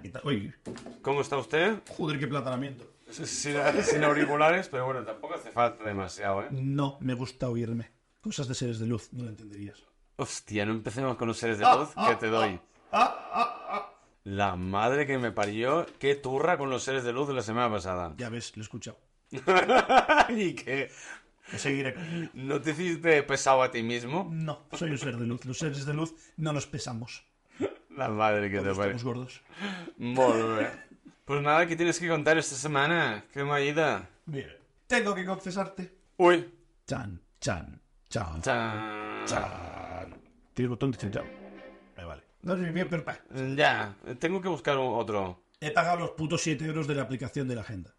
quita. Uy, ¿Cómo está usted? joder, qué platanamiento. Sin, sin auriculares, pero bueno, tampoco hace falta demasiado, ¿eh? No me gusta oírme. Cosas de seres de luz, no lo entenderías. Hostia, no empecemos con los seres de luz que te doy. La madre que me parió, qué turra con los seres de luz de la semana pasada. Ya ves, lo he escuchado. y que Que seguiré con ello. no te hiciste pesado a ti mismo. No, soy un ser de luz. Los seres de luz no nos pesamos. La madre que te Cuando parió. estamos gordos. Volve. Pues nada, ¿qué tienes que contar esta semana? ¡Qué mayida! Mira, tengo que confesarte. Uy. Chan, chan, chan, Chan. chan. Tienes botón de chan, chan. Me vale. No sé bien, pero pa. Ya, tengo que buscar un- otro. He pagado los putos 7 euros de la aplicación de la agenda.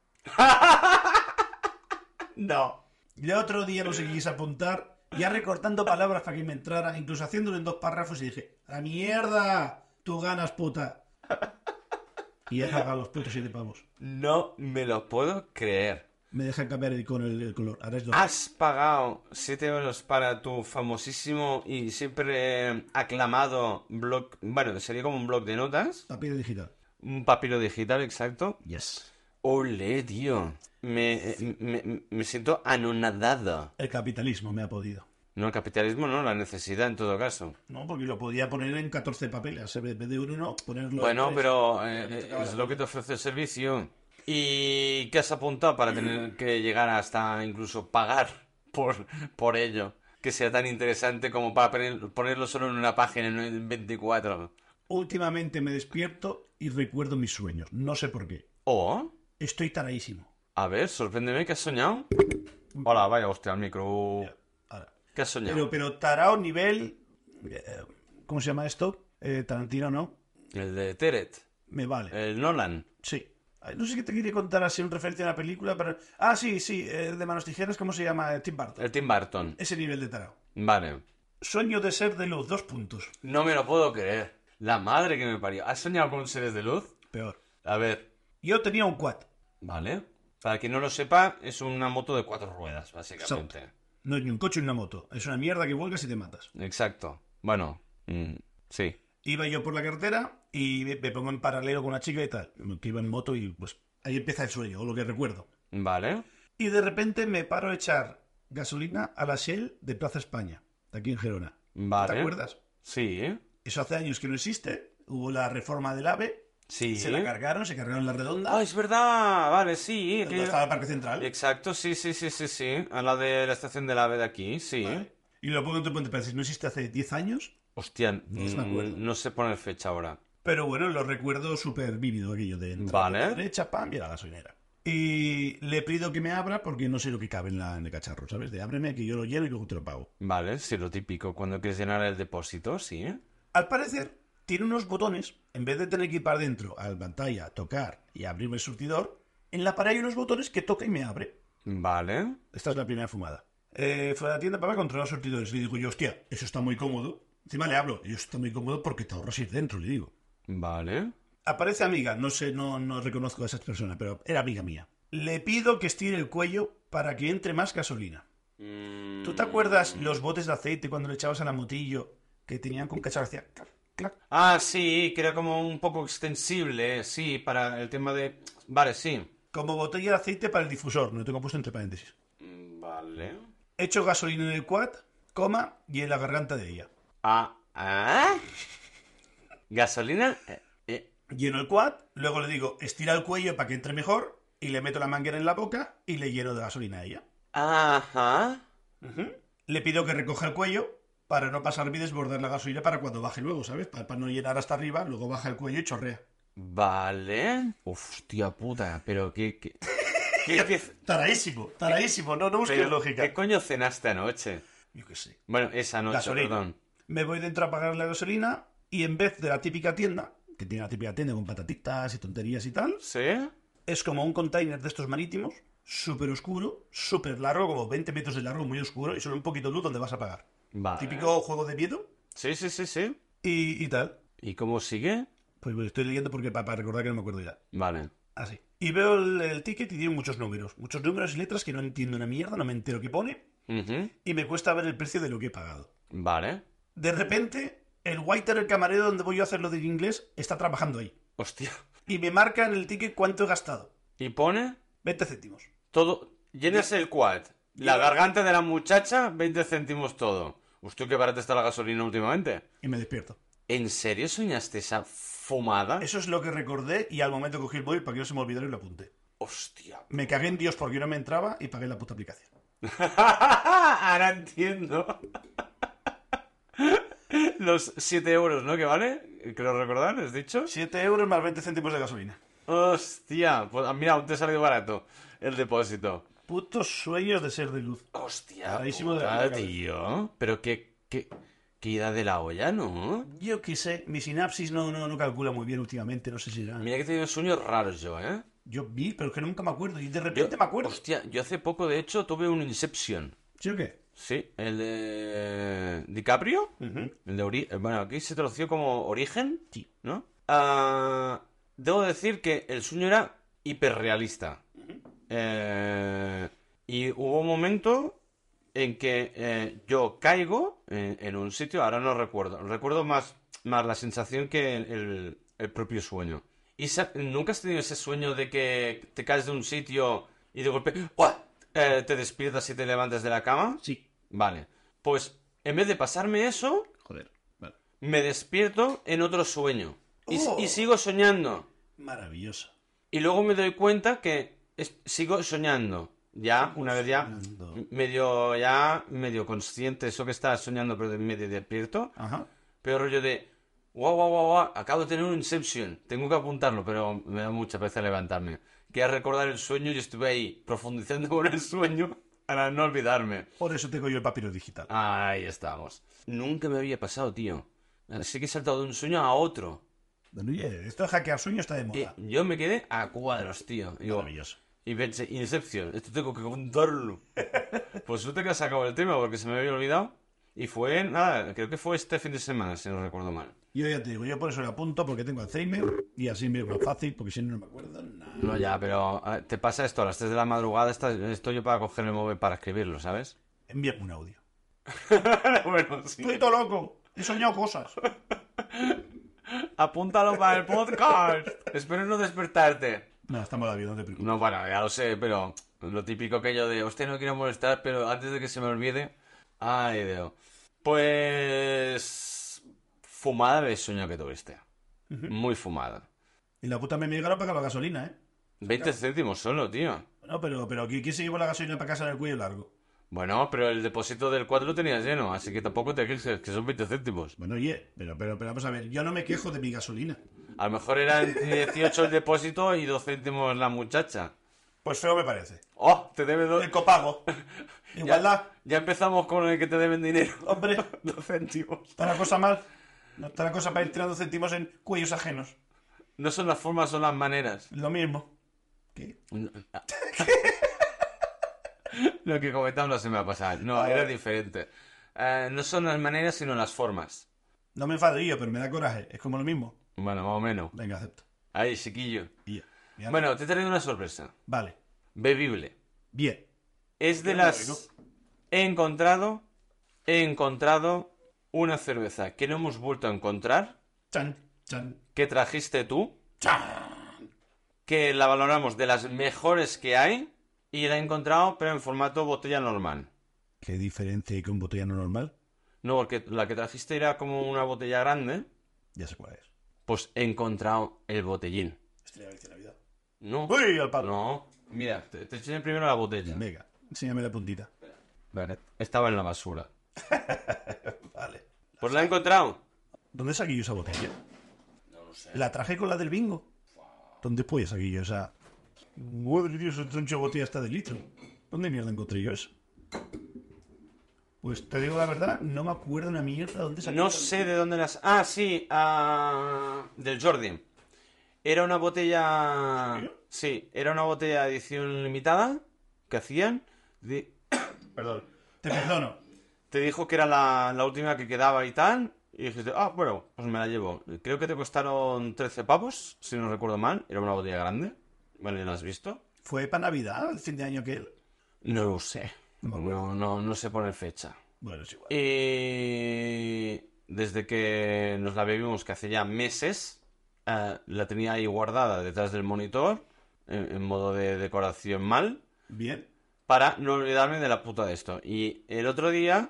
No. Ya otro día lo seguís a apuntar, ya recortando palabras para que me entraran, incluso haciéndolo en dos párrafos y dije, ¡A mierda! ¡Tú ganas, puta! Y he pagado los putos siete pavos. No me lo puedo creer. Me dejan cambiar el icono, el, el color. Ahora es dorado. Has pagado 7 euros para tu famosísimo y siempre eh, aclamado blog. Bueno, sería como un blog de notas. Papel digital. Un papiro digital, exacto. Yes. Ole, tío. Me, eh, me- me siento anonadado. El capitalismo me ha podido. No, el capitalismo no, la necesidad en todo caso. No, porque lo podía poner en 14 papeles. En vez de un uno, ponerlo en Bueno, tres. pero eh, eh, es lo que te ofrece el servicio. ¿Y qué has apuntado para tener que llegar hasta incluso pagar por, por ello? Que sea tan interesante como para poner- ponerlo solo en una página, no en 24. Últimamente me despierto y recuerdo mis sueños. No sé por qué. O, Estoy taradísimo. a ver, sorpréndeme, ¿qué has soñado? Hola, vaya hostia, al micro. Ahora. ¿Qué has soñado? Pero, pero tarao nivel... eh, ¿Cómo se llama esto? Eh, Tarantino, ¿no? El de Teret, Me vale. el Nolan. Sí. Ay, No sé qué te quería contar así un referente a la película, pero... Ah, sí, sí. eh, de Manos Tijeras, ¿cómo se llama? Eh, Tim Burton. El Tim Burton. Ese nivel de tarao. Vale. Sueño de ser de luz, dos puntos. No me lo puedo creer. La madre que me parió. ¿Has soñado con seres de luz? Peor. A ver. Yo tenía un quad. Vale. Para quien no lo sepa, es una moto de cuatro ruedas, básicamente. No es ni un coche ni una moto. Es una mierda que vuelcas y te matas. Exacto. Bueno, mm, sí. Iba yo por la carretera y me, me pongo en paralelo con una chica y tal. Que iba en moto y pues ahí empieza el sueño, o lo que recuerdo. Vale. Y de repente me paro a echar gasolina a la Shell de Plaza España, de aquí en Gerona. Vale. ¿Te acuerdas? Sí, ¿eh? Eso hace años que no existe. Hubo la reforma del AVE, Sí. se la cargaron, se cargaron la redonda, Ah, es verdad. Vale, sí. donde aquello- estaba el Parque Central. Exacto, sí, sí, sí, sí, sí. A la de la estación del AVE de aquí, sí. Y lo pongo en tu puente, pero si no existe hace 10 años. Hostia, se Pues me mm, acuerdo. no sé poner fecha ahora. Pero bueno, lo recuerdo súper vívido aquello de entrar Vale. por la derecha, pam, y a la gasolinera. Y le pido que me abra porque no sé lo que cabe en, la, en el cacharro, ¿sabes? De ábreme que yo lo lleno y luego te lo pago. Vale, sí, lo típico. Cuando quieres llenar el depósito, sí. ¿eh? Al parecer, tiene unos botones, en vez de tener que ir para adentro, a la pantalla, tocar y abrirme el surtidor, en la pared hay unos botones que toca y me abre. Vale. Esta es la primera fumada. Eh, fue a la tienda para controlar los surtidores. Le digo yo, hostia, eso está muy cómodo. Encima le hablo, yo, eso está muy cómodo porque te ahorras ir dentro, le digo. Vale. Aparece amiga, no sé, no, no reconozco a esas personas, pero era amiga mía. Le pido que estire el cuello para que entre más gasolina. ¿Tú te acuerdas los botes de aceite cuando le echabas a la motillo que tenían con cacharro? Hacía clac, clac. Ah, sí, que era como un poco extensible, sí, para el tema de... Vale, sí. Como botella de aceite para el difusor, no tengo puesto entre paréntesis. Mm, Vale. Echo gasolina en el quad, coma y en la garganta de ella. Ah, ah. Gasolina. eh, eh, Lleno el quad, luego le digo estira el cuello para que entre mejor y le meto la manguera en la boca y le lleno de gasolina a ella. Ajá. Le pido que recoja el cuello para no pasarme y desbordar la gasolina para cuando baje luego, ¿sabes? Para, no llenar hasta arriba, luego baja el cuello y chorrea. Vale. Hostia puta, pero qué... qué... qué pieza- Taraísimo, taraísimo, no, no busques pero, eh, lógica. ¿Qué coño cenaste anoche? Yo qué sé. Bueno, esa noche, Gasolina. perdón. Me voy dentro a pagar la gasolina y en vez de la típica tienda, que tiene la típica tienda con patatitas y tonterías y tal, ¿Sí? es como un container de estos marítimos, súper oscuro, súper largo, como 20 metros de largo, muy oscuro y solo un poquito de luz donde vas a pagar. Vale. Típico juego de miedo Sí, sí, sí, sí. y, y tal. ¿Y cómo sigue? Pues bueno, estoy leyendo porque para, para recordar que no me acuerdo ya. Vale. Así. Y veo el, el ticket y tiene muchos números. Muchos números y letras que no entiendo una mierda, no me entero qué pone. Ujú. Y me cuesta ver el precio de lo que he pagado. Vale. De repente, el waiter, el camarero donde voy yo a hacer lo del inglés, está trabajando ahí. Hostia. y me marca en el ticket cuánto he gastado. Y pone 20 céntimos. todo. Llenas el quad. La garganta de la muchacha, 20 céntimos todo. Usted, qué barata está la gasolina últimamente. Y me despierto. ¿En serio soñaste esa fumada? Eso es lo que recordé y al momento cogí el móvil para que no se me olvidara y lo apunté. Hostia. Me cagué en Dios porque no me entraba y pagué la puta aplicación. Ahora entiendo. Los 7 euros, ¿no? Que vale. Creo recordar, ¿has dicho? 7 euros más 20 céntimos de gasolina. Hostia. Pues ah, mira, aún te ha salido barato el depósito. Putos sueños de ser de luz. Hostia. Carísimo de la ¿eh? puta, cabeza. tío. Pero qué, qué, qué ida de la olla, ¿no? Yo qué sé, mi sinapsis no, no, no calcula muy bien últimamente, no sé si era. Mira que he tenido sueños raros yo, ¿eh? Yo vi, pero es que nunca me acuerdo y de Yo, repente me acuerdo. Hostia, yo hace poco, de hecho, tuve un Inception. ¿Sí o qué? Sí, el de DiCaprio. El de Ori- eh, Bueno, aquí se tradució como Origen, Sí. ¿no? Ah, debo decir que el sueño era hiperrealista. Eh, y hubo un momento en que eh, yo caigo en, en un sitio, ahora no recuerdo. Recuerdo más, más la sensación que el, el- el propio sueño. ¿Y sa- nunca has tenido ese sueño de que te caes de un sitio y de golpe ¡buah! Eh, te despiertas y te levantas de la cama? Sí. Vale. Pues en vez de pasarme eso, Joder. Vale. me despierto en otro sueño. Y, Oh. y sigo soñando. Maravilloso. Y luego me doy cuenta que es- sigo soñando. Ya, una vez ya soñando. medio ya medio consciente eso que estaba soñando, pero de medio despierto. Ajá. Pero rollo de guau, guau, guau, guau, acabo de tener un Inception. Tengo que apuntarlo, pero me da mucha pereza levantarme. Quería recordar el sueño y estuve ahí profundizando con el sueño para no olvidarme. Por eso tengo yo el papiro digital. Ahí estamos. Nunca me había pasado, tío. Así que he saltado de un sueño a otro. Don Uye, esto de hackear sueño está de Y moda. yo me quedé a cuadros, tío. Y, digo, Maravilloso. y pensé, Inception, esto tengo que contarlo. pues suerte que has sacado el tema porque se me había olvidado. Y fue, nada, creo que fue este fin de semana, si no recuerdo mal. Yo ya te digo, yo por eso lo apunto porque tengo Alzheimer y así me es más fácil porque si no, no me acuerdo nada. No, ya, pero ah, te pasa esto a las 3 de la madrugada, está- estoy yo para coger el móvil para escribirlo, ¿sabes? Envíame un audio. bueno, sí. Estoy todo loco. He soñado cosas. Apúntalo para el podcast. Espero no despertarte. No, estamos David, no te preocupes. No, bueno, ya lo sé, pero lo típico que yo de, hostia, no quiero molestar, pero antes de que se me olvide. Ay, Dios. Pues. Fumada de sueño que tuviste. Muy fumada. Y la puta me me llegaron para acá la gasolina, ¿eh? 20 céntimos solo, tío. No, pero, pero ¿qui- ¿quién se llevó la gasolina para casa en el cuello largo? Bueno, pero el depósito del 4 lo tenías lleno, así que tampoco te quejes que son 20 céntimos. Bueno, oye, pero, pero, pero vamos a ver, yo no me quejo de mi gasolina. A lo mejor eran 18 el depósito y 2 céntimos la muchacha. Pues feo me parece. ¡Oh! Te debe dos. El copago. Igualdad, Ya empezamos con el que te deben dinero. hombre, 2 céntimos. está la cosa mal. No está la cosa para ir tirando céntimos en cuellos ajenos. No son las formas, son las maneras. Lo mismo. ¿Qué? Lo que comentamos la semana pasada. No, A era ver. diferente. Eh, no son las maneras, sino las formas. No me enfado yo, pero me da coraje. Es como lo mismo. Bueno, más o menos. Venga, acepto. Ahí, chiquillo. Y ya. Ya. Bueno, te he traído una sorpresa. Vale. Bebible. Bien. Es de Yo no las... He encontrado... He encontrado una cerveza que no hemos vuelto a encontrar, Chan, chan, que trajiste tú, chan. que la valoramos de las mejores que hay, y la he encontrado, pero en formato botella normal. ¿Qué diferencia hay con botella no normal? No, porque la que trajiste era como una botella grande, Ya sé cuál es. pues he encontrado el botellín. Estrella de Navidad. No. ¡Uy, al palo! No. Mira, te, te enseñé primero la botella. Venga, enséñame la puntita. Vale, estaba en la basura. Vale. Pues la he encontrado. ¿Dónde saqué yo esa botella? La traje con la del bingo. ¿Dónde puedes saqué yo esa? Madre Dios, el troncho de botella está de litro. ¿Dónde mierda encontré yo eso? Pues te digo la verdad, no me acuerdo una mierda dónde saqué. No sé de dónde las. Ah, sí, ah, del Jordi. Era una botella. Sí, era una botella de edición limitada que hacían. Di- Perdón. Te perdono. Te dijo que era la, la última que quedaba y tal. Y dijiste, ah, bueno, pues me la llevo. Creo que te costaron 13 pavos, si no recuerdo mal. Era una botella grande. Vale, ¿la has visto? ¿Fue para Navidad, el fin de año que él? No lo sé. No, no, no sé poner fecha. Eh, Bueno, es igual. Y desde que nos la bebimos, que hace ya meses, eh, la tenía ahí guardada detrás del monitor, en, en modo de decoración mal, Bien. para no olvidarme de la puta de esto. Y el otro día,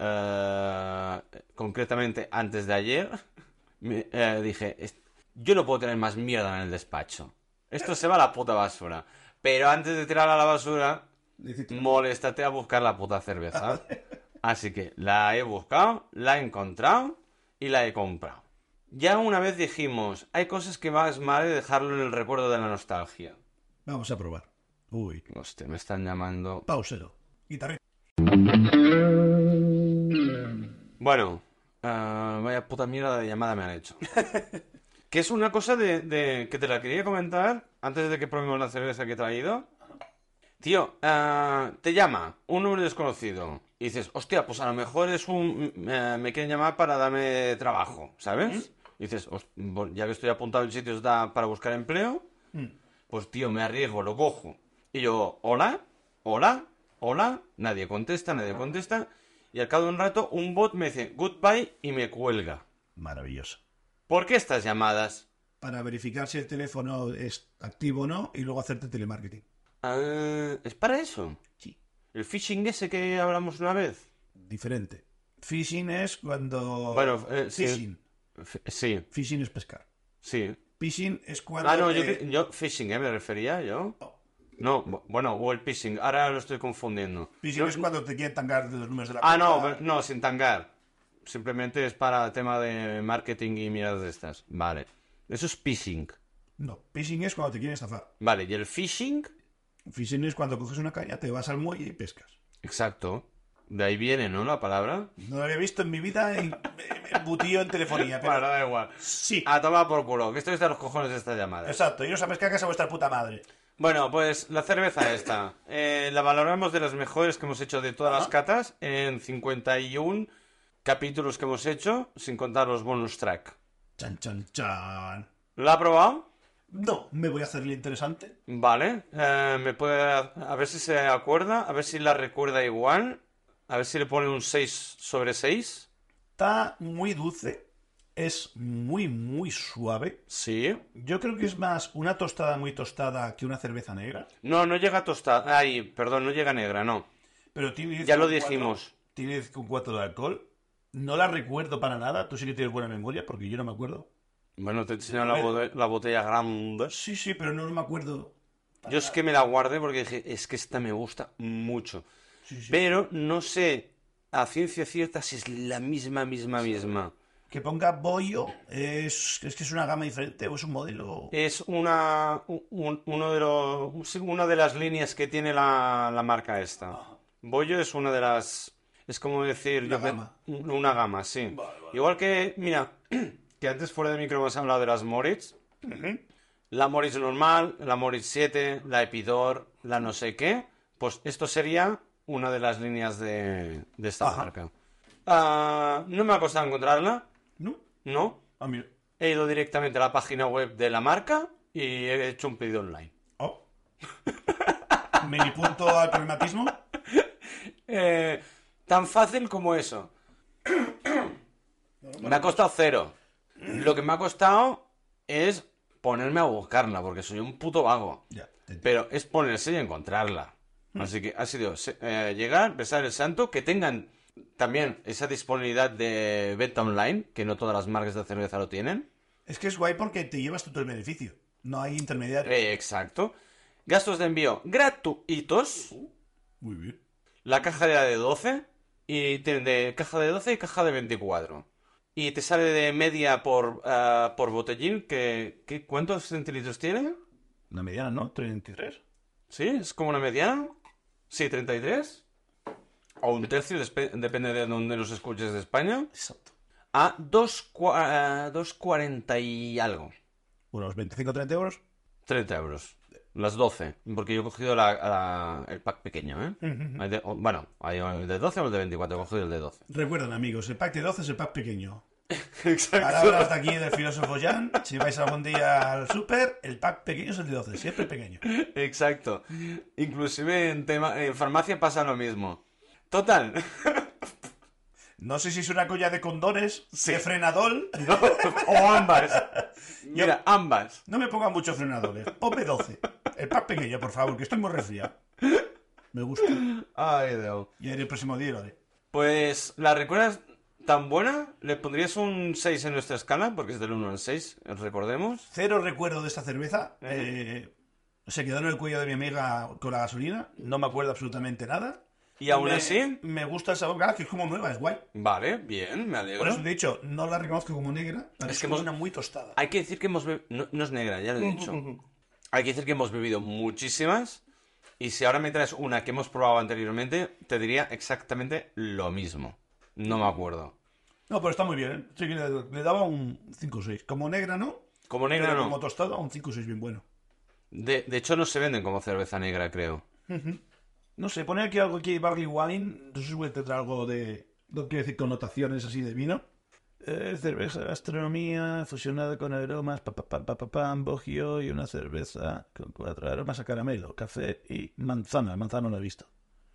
eh, concretamente antes de ayer, me- eh, dije, "Es- yo no puedo tener más mierda en el despacho. Esto se va a la puta basura. Pero antes de tirarla a la basura, Necesito- moléstate a buscar la puta cerveza. Así que la he buscado, la he encontrado y la he comprado. Ya una vez dijimos, hay cosas que más mal de dejarlo en el recuerdo de la nostalgia. Vamos a probar. Uy. Hostia, me están llamando. Pausero. Guitarrita. Bueno, ah, vaya puta mierda de llamada me han hecho. que es una cosa de, de- que te la quería comentar antes de que probemos la cerveza que he traído. Tío, ah, te llama un número desconocido y dices, hostia, pues a lo mejor es un... mm, eh, me quieren llamar para darme trabajo, ¿sabes? Y dices, "Host- bo- ya que estoy apuntado en sitios da- para buscar empleo, pues tío, me arriesgo, lo cojo. Y yo, hola, hola, hola, nadie contesta, nadie contesta. Y al cabo de un rato, un bot me dice goodbye y me cuelga. Maravilloso. ¿Por qué estas llamadas? Para verificar si el teléfono es activo o no y luego hacerte telemarketing. Ah, ¿Es para eso? Sí. ¿El phishing ese que hablamos una vez? Diferente. Phishing es cuando. Bueno, eh, sí. Phishing. F- sí, Phishing es pescar. sí. Phishing es cuando. Ah, no, yo, te- cre- yo phishing, ¿eh? Oh. Me refería yo. No, bu- bueno, o el phishing, ahora lo estoy confundiendo. Phishing es cuando te quieren tangar de los números de la Ah, no, cuenta. pero- no, sin tangar. Simplemente es para tema de marketing y mierdas de estas. Vale. Eso es phishing. No, phishing es cuando te quieren estafar. Vale, y el phishing, Phishing es cuando coges una caña, te vas al muelle y pescas. exacto. De ahí viene, ¿no? La palabra. No lo había visto en mi vida en, embutío en telefonía, pero Bueno, da igual. sí. A tomar por culo, que estoy hasta los cojones de esta llamada. Exacto, y no sabes qué hagas a vuestra puta madre. Bueno, pues la cerveza esta. eh, la valoramos de las mejores que hemos hecho de todas las catas en 51 capítulos que hemos hecho, sin contar los bonus track. Chan, chan, chan. ¿La ha probado? No, me voy a hacerle interesante. Vale, eh, me puede a ver si se acuerda, a ver si la recuerda igual, a ver si le pone un 6 sobre 6. Está muy dulce, es muy, muy suave. Sí. Yo creo que es más una tostada muy tostada que una cerveza negra. No, no llega tostada. Ay, perdón, no llega negra, no. Pero tiene Ya lo 10,4, dijimos. Tiene 10,4 de alcohol. No la recuerdo para nada. Tú sí que tienes buena memoria porque yo no me acuerdo. Bueno, te enseño la, bote- la botella grande. Sí, sí, pero no me acuerdo. Yo es que me la guardé porque dije, es que esta me gusta mucho. Sí, sí. Pero no sé a ciencia cierta si es la misma, misma, misma. Que ponga bollo es, es que es una gama diferente o es un modelo. Es una, un- uno de los, sí, una de las líneas que tiene la, la marca esta. Bollo es una de las... Es como decir... Ah. Una yo que- gama. un- Una gama, sí. Vale, vale. Igual que, mira, que antes fuera de micro hemos hablado de las Moritz. La Moritz normal, la Moritz 7, la Epidor, la no sé qué. Pues esto sería una de las líneas de, de esta Ajá. marca. Ah, no me ha costado encontrarla, ¿No? ¿no? Ah, mira. He ido directamente a la página web de la marca y he hecho un pedido online. Oh. Mini punto al problematismo. Eh, tan fácil como eso. Me ha costado cero. Lo que me ha costado es ponerme a buscarla, porque soy un puto vago. Ya. te entiendo. Pero es ponerse y encontrarla. Así que ha sido se- eh, llegar, besar el santo, que tengan también esa disponibilidad de venta online, que no todas las marcas de cerveza lo tienen. Es que es guay porque te llevas tú todo el beneficio. No hay intermediario. Eh, exacto. Gastos de envío gratuitos. Uh, Muy bien. La caja era de 12 y tienen de caja de 12 y caja de 24. Y te sale de media por, ah, por botellín que, que- ¿cuántos centilitros tiene? Una mediana, ¿no? 33. ¿Sí? ¿Es como una mediana? Sí, 33. O un tercio, despe- depende de dónde los escuches de España. Exacto. A 2,40 y algo. Unos 25 30 euros. 30 euros. Las 12. Porque yo he cogido la- la- el pack pequeño, ¿eh? Hay de- o- bueno, hay el de 12 o el de 24. He cogido el de 12. Recuerden, amigos, el pack de 12 es el pack pequeño. Exacto. Palabras de aquí del filósofo Jan. Si vais algún día al súper, el pack pequeño es el de 12, siempre pequeño. Exacto. Inclusive en, tema, en farmacia pasa lo mismo. Total. No sé si es una colla de condones, de frenadol. No, o ambas. Mira, ambas. No me pongan muchos frenadores. eh. Ponme 12. El pack pequeño, por favor, que estoy muy resfriado. Me gusta. Ay, Dios. Y el próximo día lo haré. Pues, ¿la recuerdas tan buena? ¿Le pondrías un 6 en nuestra escala? Porque es del 1 al 6, recordemos. Cero recuerdo de esta cerveza. Eh, se quedó en el cuello de mi amiga con la gasolina. No me acuerdo absolutamente nada. Y aún Me- así. Me gusta el sabor, claro, que es como nueva, es guay. Vale, bien, me Por alegro. eso, de hecho, no la reconozco como negra. La Es es que que hemos- una muy tostada. Hay que decir que hemos bebido. No, no es negra, ya lo he dicho. Hay que decir que hemos bebido muchísimas. Y si ahora me traes una que hemos probado anteriormente, te diría exactamente lo mismo. No me acuerdo. No, pero está muy bien. ¿eh? Sí, que le, le daba un 5 o 6. Como negra, ¿no? Como negra Pero no. como tostada, un 5 o 6 bien bueno. De, de hecho, no se venden como cerveza negra, creo. No sé, poner aquí algo aquí de Barley Wine. No sé si voy a tener algo de. No quiero decir connotaciones así de vino. Eh, cerveza, gastronomía, fusionada con aromas, pa, pa, pa, pa, pa, pam, bogio y una cerveza con cuatro aromas a caramelo, café y manzana. Manzana no la he visto.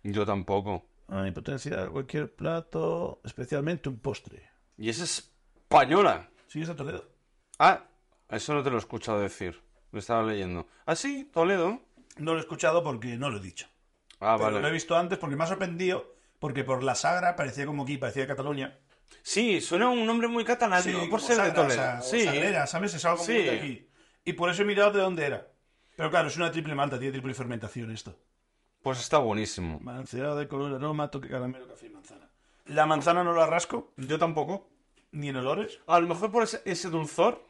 Yo tampoco. A mi potencia, cualquier plato, especialmente un postre. Y es española. ¿Sigues a Toledo? Ah, eso no te lo he escuchado decir. Lo estaba leyendo. Ah, sí, Toledo. No lo he escuchado porque no lo he dicho. Ah, Pero lo he vale. visto antes porque me ha sorprendido. Porque por la sagra parecía como aquí, parecía de Cataluña. Sí, suena un nombre muy catalán, ¿no? por como ser de sagra, Toledo. sa- o sí. sagrera, ¿sabes? Es algo muy Sí. de aquí. Y por eso he mirado de dónde era. Pero claro, es una triple malta, tiene triple fermentación esto. Pues está buenísimo. Balanceado de color, aroma, toque caramelo, café y manzana. La manzana no la rasco, Yo tampoco. ni en olores. A lo mejor por ese, ese dulzor.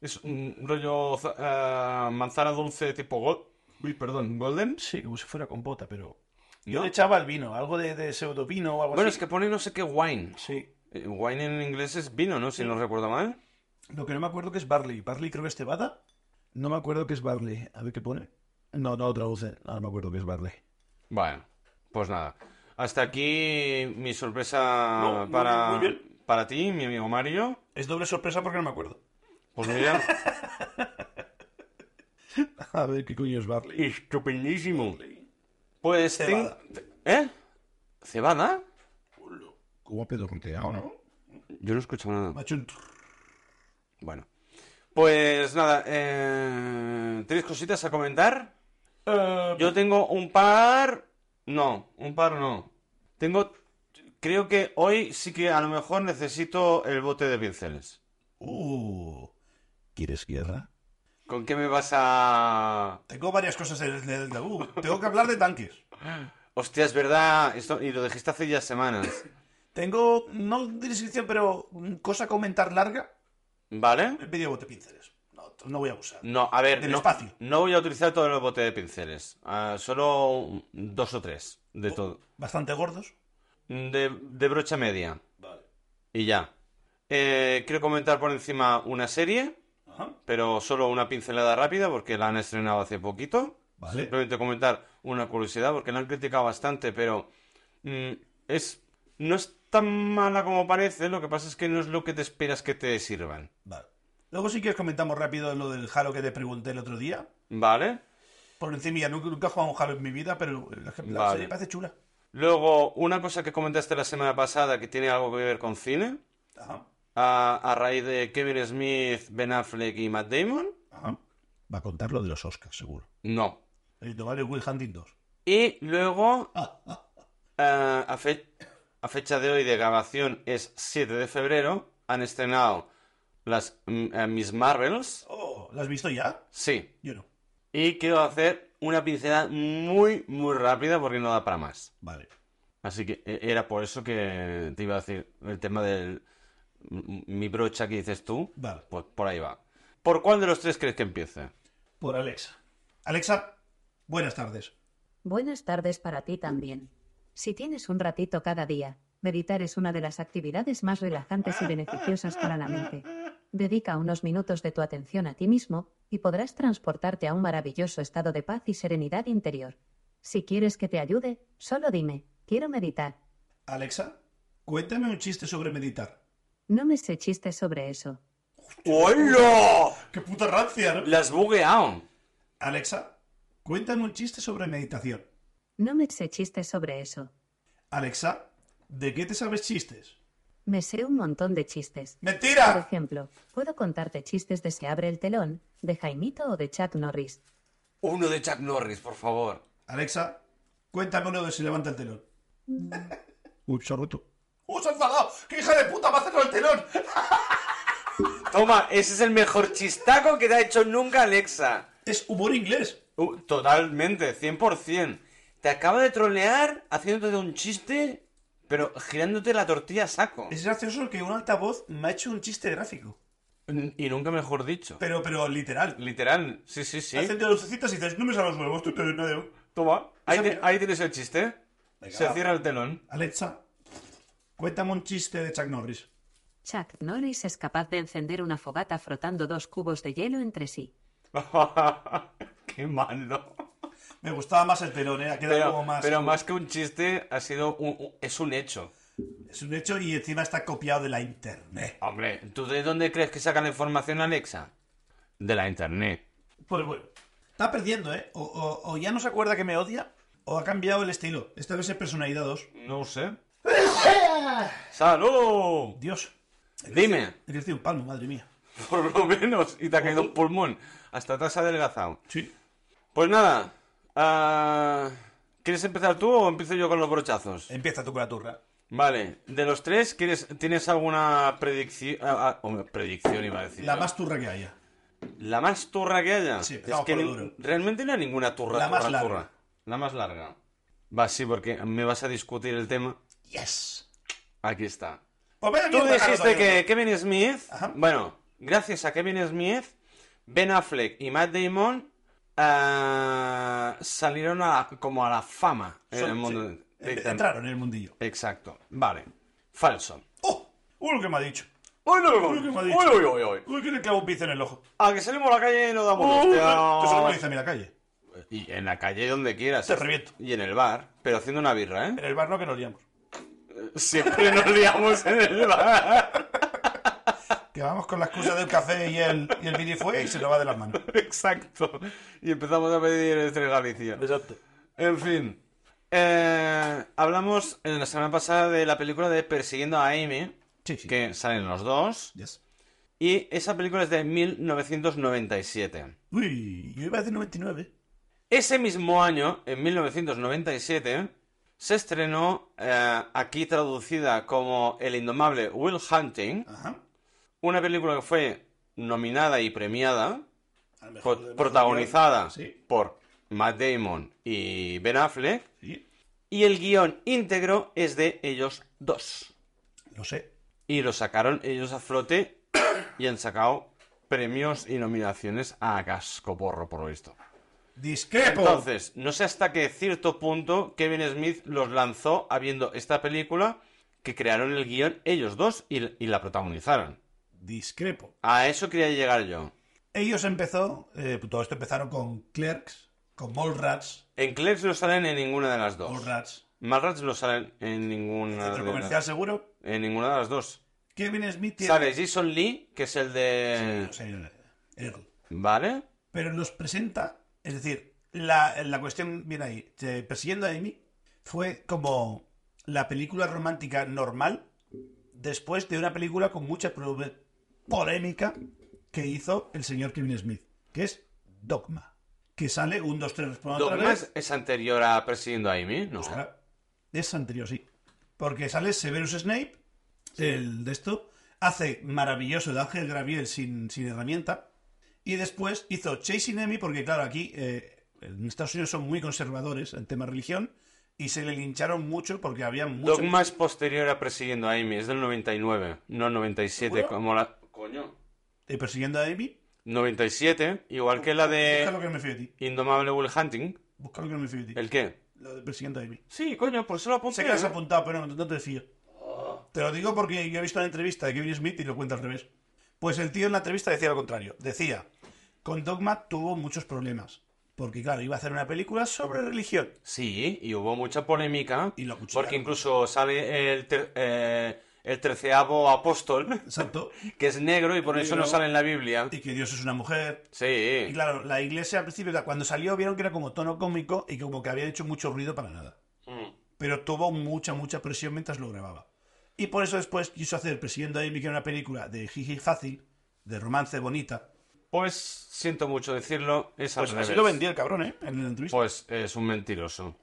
Es un rollo eh, manzana dulce tipo gold. Uy, perdón, golden. Sí, como si fuera compota, pero... Yo ¿no? le echaba el vino, algo de, de pseudo vino o algo Bueno, es así. que pone no sé qué wine. Sí. Eh, Wine en inglés es vino, ¿no? Si no recuerdo mal. Lo que no me acuerdo que es barley. Barley creo que es cebada. No me acuerdo que es barley. A ver qué pone. No, no lo traduce. No, no me acuerdo que es barley. Bueno, pues nada. Hasta aquí mi sorpresa No, no, para, muy bien. para ti, mi amigo Mario. Es doble sorpresa porque no me acuerdo. Pues mira, A ver qué coño es barley. estupendísimo. Pues ten- Cebada. ¿Eh? ¿Cebada? Como pedorreteado, ¿no? Yo no he escuchado nada. Macho un trrr. Bueno. Pues nada, eh, ¿tenéis cositas a comentar? Eh, Yo tengo un par... No, un par no. Tengo... Creo que hoy sí que a lo mejor necesito el bote de pinceles. Uh, ¿Quieres guerra? ¿Con qué me vas a...? Tengo varias cosas en el- en el tabú. Tengo que hablar de tanques. Hostia, es verdad. Esto, y lo dijiste hace ya semanas. Tengo, no descripción, pero mm, cosa a comentar larga. ¿Vale? He pedido bote pinceles. No, no voy a abusar. No, a ver, Del no, espacio. no voy a utilizar todo el bote de pinceles. Ah, solo dos o tres de Oh. todo. Bastante gordos. De, de brocha media. Vale. Y ya. Eh, quiero comentar por encima una serie, Ajá. pero solo una pincelada rápida porque la han estrenado hace poquito. Vale. Simplemente comentar una curiosidad porque la han criticado bastante, pero mm, es no es tan mala como parece. Lo que pasa es que no es lo que te esperas que te sirvan. Vale. Luego si quieres comentamos rápido lo del Halo que te pregunté el otro día. ¿Vale? Por encima, ya nunca, nunca he jugado a un Halo en mi vida, pero la, la Vale. serie parece chula. Luego, una cosa que comentaste la semana pasada que tiene algo que ver con cine, Ajá, a, a raíz de Kevin Smith, Ben Affleck y Matt Damon. ajá. Va a contar lo de los Oscars, seguro. No. El Tomar Will Hunting 2. Y luego, Ah, ah. eh, a, fe- a fecha de hoy de grabación es 7 de febrero, han estrenado las mm, eh, Miss Marvels. Oh, ¿la has visto ya? Sí. Yo no. Y quiero hacer una pincelada muy, muy rápida porque no da para más. Vale. Así que eh, era por eso que te iba a decir el tema del... m- Mi brocha que dices tú. Vale. Pues por ahí va. ¿Por cuál de los tres crees que empiece? Por Alexa. Alexa, buenas tardes. Buenas tardes para ti también. Si tienes un ratito cada día, meditar es una de las actividades más relajantes y beneficiosas para la mente. Dedica unos minutos de tu atención a ti mismo, y podrás transportarte a un maravilloso estado de paz y serenidad interior. Si quieres que te ayude, solo dime, quiero meditar. Alexa, cuéntame un chiste sobre meditar. No me sé chistes sobre eso. ¡Hola! ¡Qué puta rancia, ¿no? Las has bugueado. Alexa, cuéntame un chiste sobre meditación. No me sé chistes sobre eso. Alexa, ¿de qué te sabes chistes? Me sé un montón de chistes. Por ¡Mentira! ejemplo, puedo contarte chistes de Se abre el telón, de Jaimito o de Chuck Norris. Uno de Chuck Norris, por favor. Alexa, cuéntame uno de se levanta el telón. Uy, se ha roto. ¡Uh, se ha enfadado! ¡Qué hija de puta! ¡Me ha cerrado el telón! Toma, ese es el mejor chistaco que te ha hecho nunca Alexa. Es humor inglés. Uh, totalmente, 100%. Te acaba de trolear haciéndote un chiste, pero girándote la tortilla a saco. Es gracioso que un altavoz me ha hecho un chiste gráfico. Y nunca mejor dicho. Pero, pero literal. Literal, sí, sí, sí. Hacen de lucecitas y dices, no me salgas huevos, tú te nadie. Toma, ahí, Esa- te- ahí tienes el chiste. Venga, Se va. cierra el telón. Alexa, cuéntame un chiste de Chuck Norris. Chuck Norris es capaz de encender una fogata frotando dos cubos de hielo entre sí. Qué malo. Me gustaba más el telón, ¿eh? ha quedado Pero, como más... pero más que un chiste, ha sido un- un- es un hecho. Es un hecho y encima está copiado de la internet. Hombre, ¿tú de dónde crees que sacan la información Alexa? De la internet. Pues bueno. Está perdiendo, ¿eh? O, o- o ya no se acuerda que me odia, o ha cambiado el estilo. Esta vez es personalidad 2. No sé. ¡Salud! Dios, Dime, he crecido un palmo, madre mía. por lo menos, y te ha caído un pulmón. Hasta te has adelgazado. Sí. Pues nada, ah, ¿quieres empezar tú o empiezo yo con los brochazos? Empieza tú con la turra. Vale, de los tres, ¿quieres, ¿tienes alguna predicción? Ah, ah, hombre, predicción iba a decir. La más turra que haya. ¿La más turra que haya? Sí, es empezamos que por lo ni- duro. realmente no hay ninguna turra. La más turra, larga. turra. La más larga. Va, sí, porque me vas a discutir el tema. Yes. Aquí está. Pues vaya Tú mierda, dijiste Carlos, que Kevin Smith, Ajá. bueno, gracias a Kevin Smith, Ben Affleck y Matt Damon ah, salieron a la- como a la fama en Son- el mundo sí. de- En- Entraron en el mundillo. Exacto, vale. Falso. ¡Oh! ¡Uy, lo que me ha dicho! ¡Uy, no, no, Uy, ¿qué me ha uy, dicho? uy, uy, uy! ¡Uy, que le clavo un piso en el ojo! A que salimos a la calle y nos damos ¡Oh! hostias. Eso no me lo dice a mí la calle. Y en la calle donde quieras. Te reviento. Y en el bar, pero haciendo una birra, ¿eh? En el bar no que nos liamos. Siempre nos liamos en el bar. Que vamos con la excusa del café y el, y el vinifue y se nos va de las manos. Exacto. Y empezamos a pedir el Tres Galicia. Exacto. En fin. Eh, hablamos en la semana pasada de la película de Persiguiendo a Amy, Sí, sí. que salen los dos. Yes. Y esa película es de 1997. Uy, yo iba a decir 99. Ese mismo año, en 1997, se estrenó, eh, aquí traducida como El indomable Will Hunting, Ajá. una película que fue nominada y premiada, A lo pro- mejor de- protagonizada Sí, por Matt Damon y Ben Affleck, sí. y el guión íntegro es de ellos dos. Lo sé. Y lo sacaron ellos a flote y han sacado premios y nominaciones a cascoporro, por lo visto. Discrepo. Entonces, no sé hasta qué cierto punto Kevin Smith los lanzó habiendo esta película que crearon el guión ellos dos y, y la protagonizaron. Discrepo. A eso quería llegar yo. Ellos empezó, eh, todo esto empezaron con Clerks, con Mallrats, En Clerks no salen en ninguna de las dos. Mallrats, Malrats no salen en ninguna, centro de, comercial las, seguro. en ninguna de las dos. Kevin Smith tiene... Sale Jason Lee, que es el de... O sea, el- el- ¿Vale? pero los presenta, es decir, la, la cuestión viene ahí. Eh, Persiguiendo a Amy fue como la película romántica normal después de una película con mucha prove- polémica que hizo el señor Kevin Smith, que es Dogma, que sale un, dos, tres, responde otra Dogma vez. Pues es, es anterior a Persiguiendo a Amy, ¿no? Claro. Es anterior, sí. Porque sale Severus Snape, el de esto, hace maravilloso de Ángel Graviel sin, sin herramienta. Y después hizo Chasing Amy, porque claro, aquí eh, en Estados Unidos son muy conservadores en tema religión. Y se le lincharon mucho porque había mucho. Dogma es posterior a Persiguiendo a Amy, es del 99, no 97, ¿Seguro? como la... Coño. eh, persiguiendo a Amy. 97, igual que la Busca lo de que no me fío de ti. Indomable Will Hunting. Busca lo que no me fío de ti. ¿El qué? Lo de persiguiendo a Amy. Sí, coño, pues solo apunté. Sé que has apuntado, pero no, no te fío. Te lo digo porque yo he visto una entrevista de Kevin Smith y lo cuenta al revés. Pues el tío en la entrevista decía lo contrario. Decía, con Dogma tuvo muchos problemas. Porque claro, iba a hacer una película sobre religión. Sí, y hubo mucha polémica. Y lo cuchillaron. porque incluso sale el, ter- eh, el terceavo apóstol, Exacto. que es negro y por eso no Negro. sale en la Biblia. Y que Dios es una mujer. Y Sí. claro, la iglesia al principio, cuando salió, vieron que era como tono cómico y como que había hecho mucho ruido para nada. Mm. Pero tuvo mucha, mucha presión mientras lo grababa. Y por eso después quiso hacer Persiguiendo a Amy, que era una película de jiji fácil, de romance bonita. Pues siento mucho decirlo, es al Pues revés. así lo vendía el cabrón, ¿eh? En la entrevista. Pues es un mentiroso.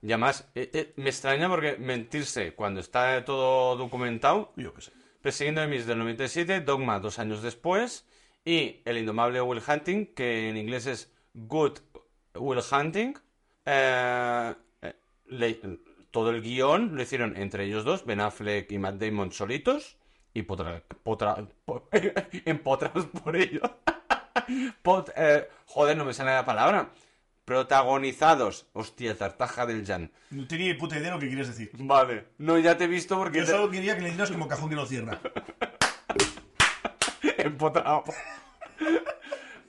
Y además, eh, eh, me extraña porque mentirse cuando está todo documentado, Yo qué sé. Persiguiendo a Emis del 97, Dogma dos años después, y El indomable Will Hunting, que en inglés es Good Will Hunting. Eh, eh, le- todo el guión lo hicieron entre ellos dos, Ben Affleck y Matt Damon solitos, y potra, potra- po- empotrados por ellos. Pot- eh, joder, no me sale la palabra. Protagonizados. Hostia, tartaja del Jan. No tenía ni puta idea de lo que querías decir. Vale. No, ya te he visto porque... Yo te- solo quería que le dieras como cajón que no cierra. Empotrado.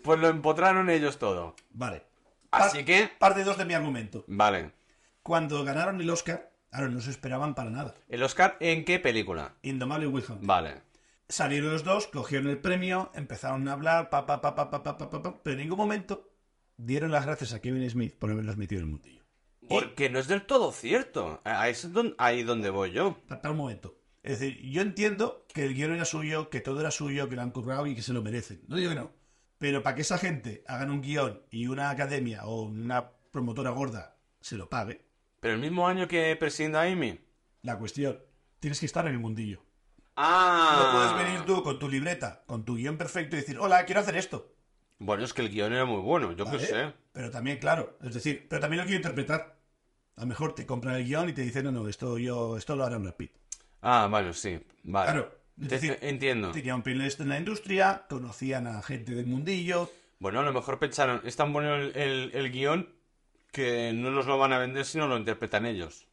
Pues lo empotraron ellos todo. Vale. Así Par- que- Parte 2 de mi argumento. Vale. Cuando ganaron el Oscar, claro, no se esperaban para nada. ¿El Oscar en qué película? Indomable Wilhelm. Vale. Salieron los dos, cogieron el premio, empezaron a hablar, pa, pa, pa, pa, pa, pa, pa, pa, pa, pero en ningún momento dieron las gracias a Kevin Smith por haberlos metido en el mundillo. Porque no es del todo cierto. Ahí es don- ahí donde voy yo. Hasta un momento. Es decir, yo entiendo que el guión era suyo, que todo era suyo, que lo han currado y que se lo merecen. No digo que no. Pero para que esa gente hagan un guión y una academia o una promotora gorda se lo pague, Pero el mismo año que Persiguiendo a Amy. la cuestión, tienes que estar en el mundillo. No Ah. puedes venir tú con tu libreta, con tu guión perfecto y decir, hola, quiero hacer esto. Bueno, es que el guión era muy bueno, yo qué ¿Vale? sé. Pero también, claro, es decir, pero también lo quiero interpretar. A lo mejor te compran el guión y te dicen, no, no, esto yo, esto lo hará Brad Pitt. Ah, bueno, sí. Vale. Eh, Claro, es Te- decir, entiendo. Tenían pieles en la industria, conocían a gente del mundillo. Bueno, a lo mejor pensaron, es tan bueno el, el- el guión que no nos lo van a vender si no lo interpretan ellos.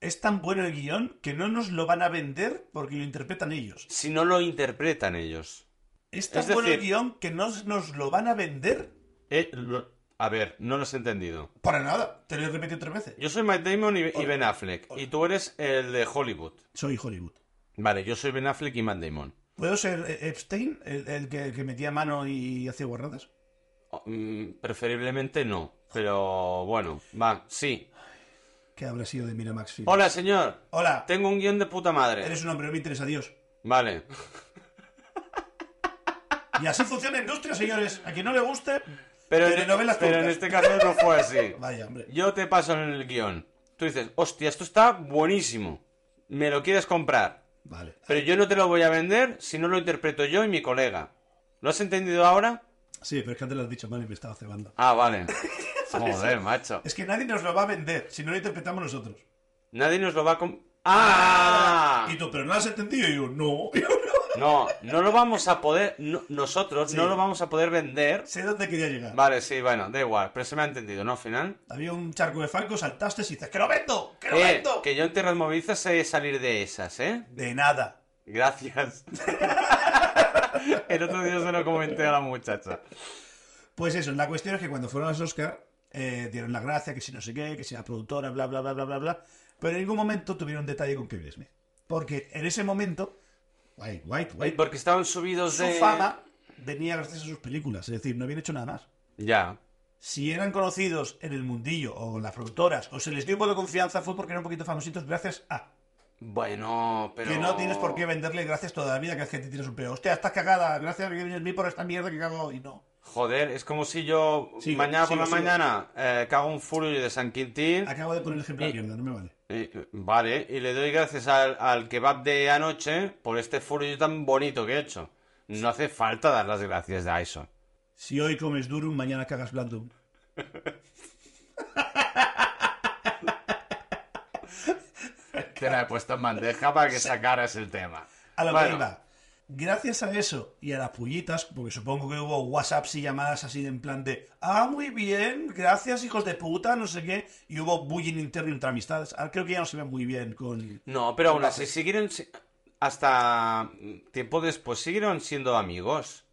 Es tan bueno el guión que no nos lo van a vender porque lo interpretan ellos. Si no lo interpretan ellos. Es tan Es decir- bueno el guión que no nos lo van a vender Eh, lo- a ver, no lo has entendido. para nada. Te lo he repetido tres veces. Yo soy Matt Damon y, y Hola. Ben Affleck. Y tú eres el de Hollywood. Soy Hollywood. Vale, yo soy Ben Affleck y Matt Damon. ¿Puedo ser eh, Epstein, el, el que, el que metía mano y hacía guardadas? Oh, mm, preferiblemente no. Pero bueno, va, sí. Que habrá sido de Miramax Film. Hola, señor. Hola, Tengo un guión de puta madre. eres un hombre, no me interesa, adiós. Vale. Y así funciona la industria, señores. A quien no le guste, Pero, en- telenovelas pero en turcas. este caso no fue así. Vaya, hombre. Yo te paso el guión. Tú dices, hostia, esto está buenísimo. Me lo quieres comprar. Vale. Pero yo no te lo voy a vender si no lo interpreto yo y mi colega. ¿Lo has entendido ahora? Sí, pero es que antes lo has dicho mal y me estaba cebando. Ah, vale. Joder, macho. Es que nadie nos lo va a vender si no lo interpretamos nosotros. Nadie nos lo va a... com- ¡Ah! Y tú, pero no lo has entendido. Y yo, no. No, no lo vamos a poder... no- nosotros Sí. no lo vamos a poder vender. sé dónde quería llegar. Vale, sí, bueno, da igual. Pero se me ha entendido, ¿no? Al final. Había un charco de falco, saltaste y dices, ¡que lo vendo! ¡que lo Eh, vendo! que yo en Tierras Movilizas sé salir de esas, ¿eh? De nada. Gracias. El otro día se lo comenté a la muchacha. Pues eso, la cuestión es que cuando fueron a los Oscar, eh, dieron la gracia, que si no sé qué, que si la productora, bla, bla, bla, bla, bla, bla. Pero en ningún momento tuvieron detalle con Kevin Smith. Porque en ese momento, White, White, White, Porque estaban subidos su de... fama venía gracias a sus películas. Es decir, no habían hecho nada más. Ya. Si eran conocidos en el mundillo o en las productoras o se les dio un poco de confianza fue porque eran un poquito famositos gracias a... Bueno, pero... Que no tienes por qué venderle gracias toda la vida que es que te tienes un peo. Hostia, estás cagada. Gracias Kevin Smith por esta mierda que cago y no. Joder, es como si yo Sigo, mañana sigo, por la sigo. mañana eh, cago un furio de San Quintín. Acabo de poner el ejemplo de Eh. mierda, no me vale. Eh, eh, Vale, y le doy gracias al, al kebab de anoche por este furullo tan bonito que he hecho. No hace falta dar las gracias a eso. Si hoy comes durum, mañana cagas blandum. Te la he puesto en bandeja para que sacaras el tema. A lo Bueno, que iba. Gracias a eso y a las pullitas, porque supongo que hubo WhatsApps y llamadas así de en plan de Ah, muy bien, gracias hijos de puta, no sé qué. Y hubo bullying interno entre amistades. Ahora creo que ya no se ve muy bien con... No, pero aún así siguieron... si- Hasta mm, tiempo después siguieron siendo amigos.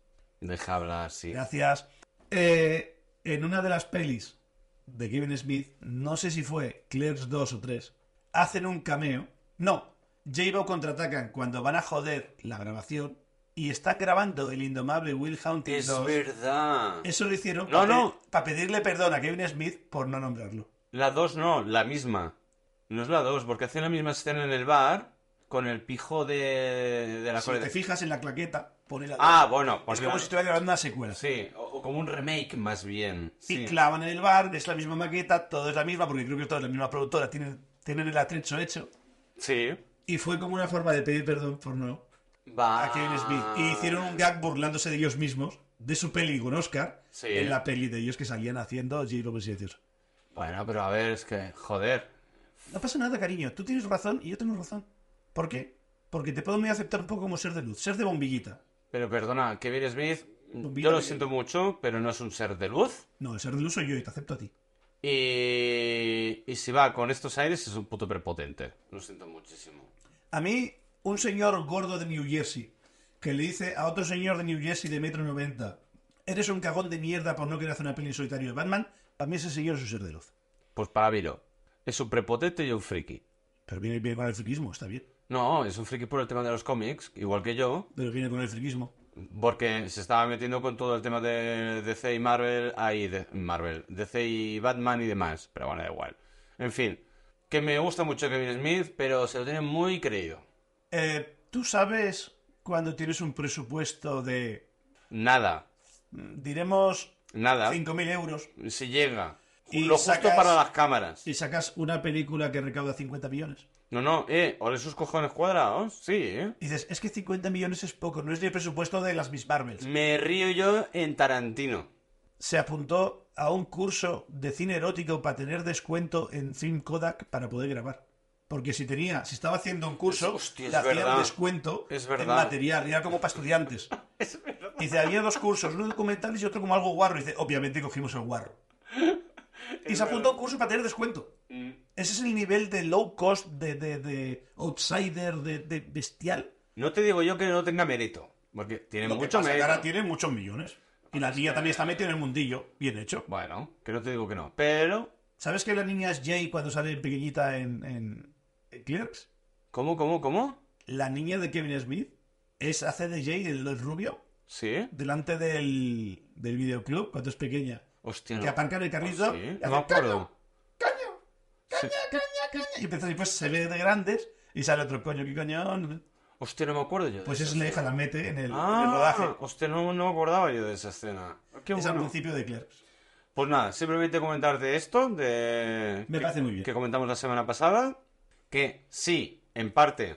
Deja hablar, sí. Gracias. Eh, en una de las pelis de Kevin Smith, no sé si fue Clerks 2 o 3, hacen un cameo. No, J-Bo contraatacan cuando van a joder la grabación y está grabando el indomable Will Hunting Es 2. verdad. Eso lo hicieron No, para, no. pedirle perdón a Kevin Smith por no nombrarlo. La 2 no, la misma. No es la 2, porque hacen la misma escena en el bar con el pijo de, de la si cola te de- fijas en la claqueta, pone la... Ah, bueno, es porque como si estuviera grabando una secuela. Sí, o, o como un remake más bien. Y Sí. clavan en el bar, es la misma maqueta, todo es la misma, porque creo que todo es la misma productora, tienen, tienen el atrecho hecho. Sí. Y fue como una forma de pedir perdón por no Va. Ah. a Kevin Smith. Y hicieron un gag burlándose de ellos mismos, de su peli con Oscar, Sí. en la peli de ellos que salían haciendo J. Bob y Silencioso. Bueno, pero a ver, es que. Joder. No pasa nada, cariño. Tú tienes razón y yo tengo razón. ¿Por qué? Porque te puedo medio aceptar un poco como ser de luz, ser de bombillita. Pero perdona, Kevin Smith, Bombilla yo lo de- siento mucho, pero no es un ser de luz. No, el ser de luz soy yo y te acepto a ti. Y, y si va con estos aires es un puto prepotente. Lo siento muchísimo. A mí, un señor gordo de New Jersey que le dice a otro señor de New Jersey de metro 90, eres un cagón de mierda por no querer hacer una peli en solitario de Batman, a mí ese señor es un ser de luz. Pues para Viro, es un prepotente y un friki. Pero viene, viene con el friquismo, está bien. No, es un friki por el tema de los cómics, igual que yo, Pero viene con el friquismo. porque se estaba metiendo con todo el tema de DC y Marvel, ahí de Marvel, DC y Batman y demás, pero bueno, da igual. En fin, que me gusta mucho Kevin Smith, pero se lo tiene muy creído. Eh, ¿Tú sabes cuando tienes un presupuesto de, Nada, mm, diremos, nada, 5.000 euros si llega. Y lo justo sacas- para las cámaras. y sacas una película que recauda 50 millones? No, no, eh, ole sus cojones cuadrados, sí, eh. Y dices, es que 50 millones es poco, no es ni el presupuesto de las Miss Marvels. Me río yo en Tarantino. Se apuntó a un curso de cine erótico para tener descuento en Film Kodak para poder grabar. Porque si tenía, si estaba haciendo un curso, Hostia, le es hacían verdad. descuento Es en verdad. material, era como para estudiantes. Y dice, había dos cursos, uno documentales y otro como algo guarro. Y dice, obviamente cogimos el guarro. Y se apuntó a un curso para tener descuento. Mm. Ese es el nivel de low cost, de, de, de outsider, de, de bestial. No te digo yo que no tenga mérito, porque tiene Lo que mucho pasa es que mérito. ahora tiene muchos millones. Y la niña también está metida en el mundillo. Bien hecho. Bueno, que no te digo que no, pero... ¿Sabes que la niña es Jay cuando sale pequeñita en, en- en Clerks? ¿Cómo, cómo, cómo? La niña de Kevin Smith es hace de Jay, el, el rubio, ¿Sí? delante del, del videoclub cuando es pequeña. Hostia, Que no. aparcan el carrito. Pues Sí, y no hacen, me acuerdo. "Coño, Sí. coño", Y empiezan y pues se ve de grandes y sale otro coño, ¿qué coño? Hostia, no me acuerdo yo de Pues esa es la hija, escena. la mete en el, en el Ah, rodaje. hostia, no, no me acordaba yo de esa escena. Qué Es al bueno. principio de Clerks. Pues nada, simplemente comentarte esto de... Me que- parece muy bien. Que comentamos la semana pasada. Que sí, en parte,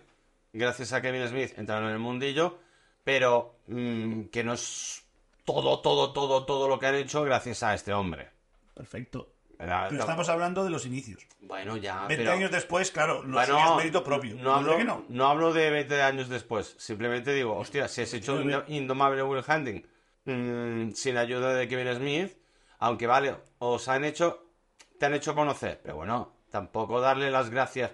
gracias a Kevin Smith entraron en el mundillo, pero mm, que no es todo, todo, todo, todo lo que han hecho gracias a este hombre. Perfecto. Era- Pero estamos hablando de los inicios. Bueno, ya, 20 Ah, pero... años después, claro, no Bueno, sería mérito propio. No hablo, Creo que no. no hablo de 20 años después. Simplemente digo, hostia, si has hecho Nueve. Indo- Indomable Will Hunting mm, sin ayuda de Kevin Smith, aunque vale, os han hecho, te han hecho conocer, pero bueno, tampoco darle las gracias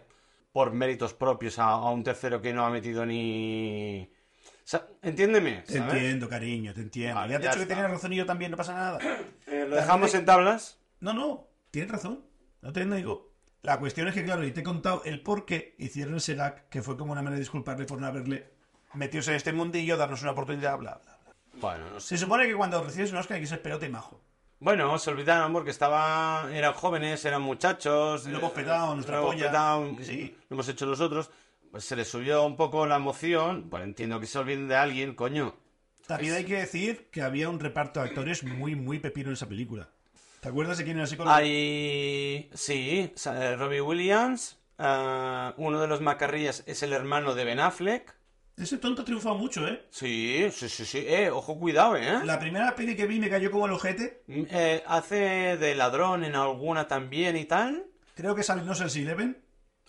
por méritos propios a, a un tercero que no ha metido ni... O sea, entiéndeme, Te ¿sabes? entiendo, cariño, te entiendo. Vale, ya te he ya dicho que está. tenías razón y yo también, no pasa nada. Eh, ¿Lo dejamos en tablas? No, no, tienes razón. No te no digo. La cuestión es que, claro, y te he contado el por qué hicieron ese gag, que fue como una manera de disculparle por no haberle metido en este mundillo, darnos una oportunidad, bla, bla, bla. Bueno, no sé. Se supone que cuando recibes un Oscar hay que ser pelote majo. Bueno, se olvidaron porque estaba, eran jóvenes, eran muchachos. Lo hemos eh, petado, nuestra lo hemos polla. petado, Sí. lo hemos hecho nosotros. Pues se les subió un poco la emoción. Bueno, entiendo que se olviden de alguien, coño. También hay que decir que había un reparto de actores muy, muy pepino en esa película. ¿Te acuerdas de quién era el psicólogo? Hay. Sí, sa- eh, Robbie Williams. ah, uno de los macarrillas es el hermano de Ben Affleck. Ese tonto ha triunfado mucho, ¿eh? Sí, sí, sí, sí. Eh, ojo, cuidado, eh. La primera peli que vi me cayó como el ojete. Mm, eh, hace de ladrón en alguna también y tal. Creo que sale No sé si Eleven.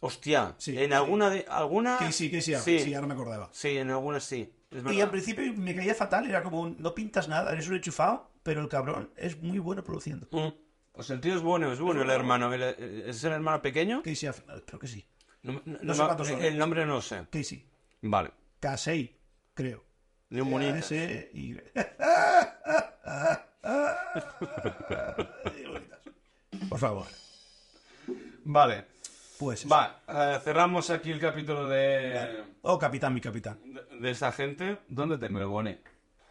Hostia, Sí, en sí. alguna de. ¿Alguna? Que sí, que sí, ah, Sí. sí, ahora me acordaba. Sí, en alguna sí. Es Y al verdad. principio me caía fatal, era como un, no pintas nada, eres un enchufado, pero el cabrón es muy bueno produciendo. Mm. Pues el tío es bueno, es bueno el hermano. El- el- ¿Es el hermano pequeño? Casey, Affleck, creo que sí. No, no- No sé no- cuántos son. El nombre no lo sé. Casey. Vale. Casey, creo. De un bonito. Ese y... Por favor. Vale. Pues... eso. Va, eh, cerramos aquí el capítulo de, Oh, capitán, mi capitán. de, de esta gente. ¿Dónde te me lo pone?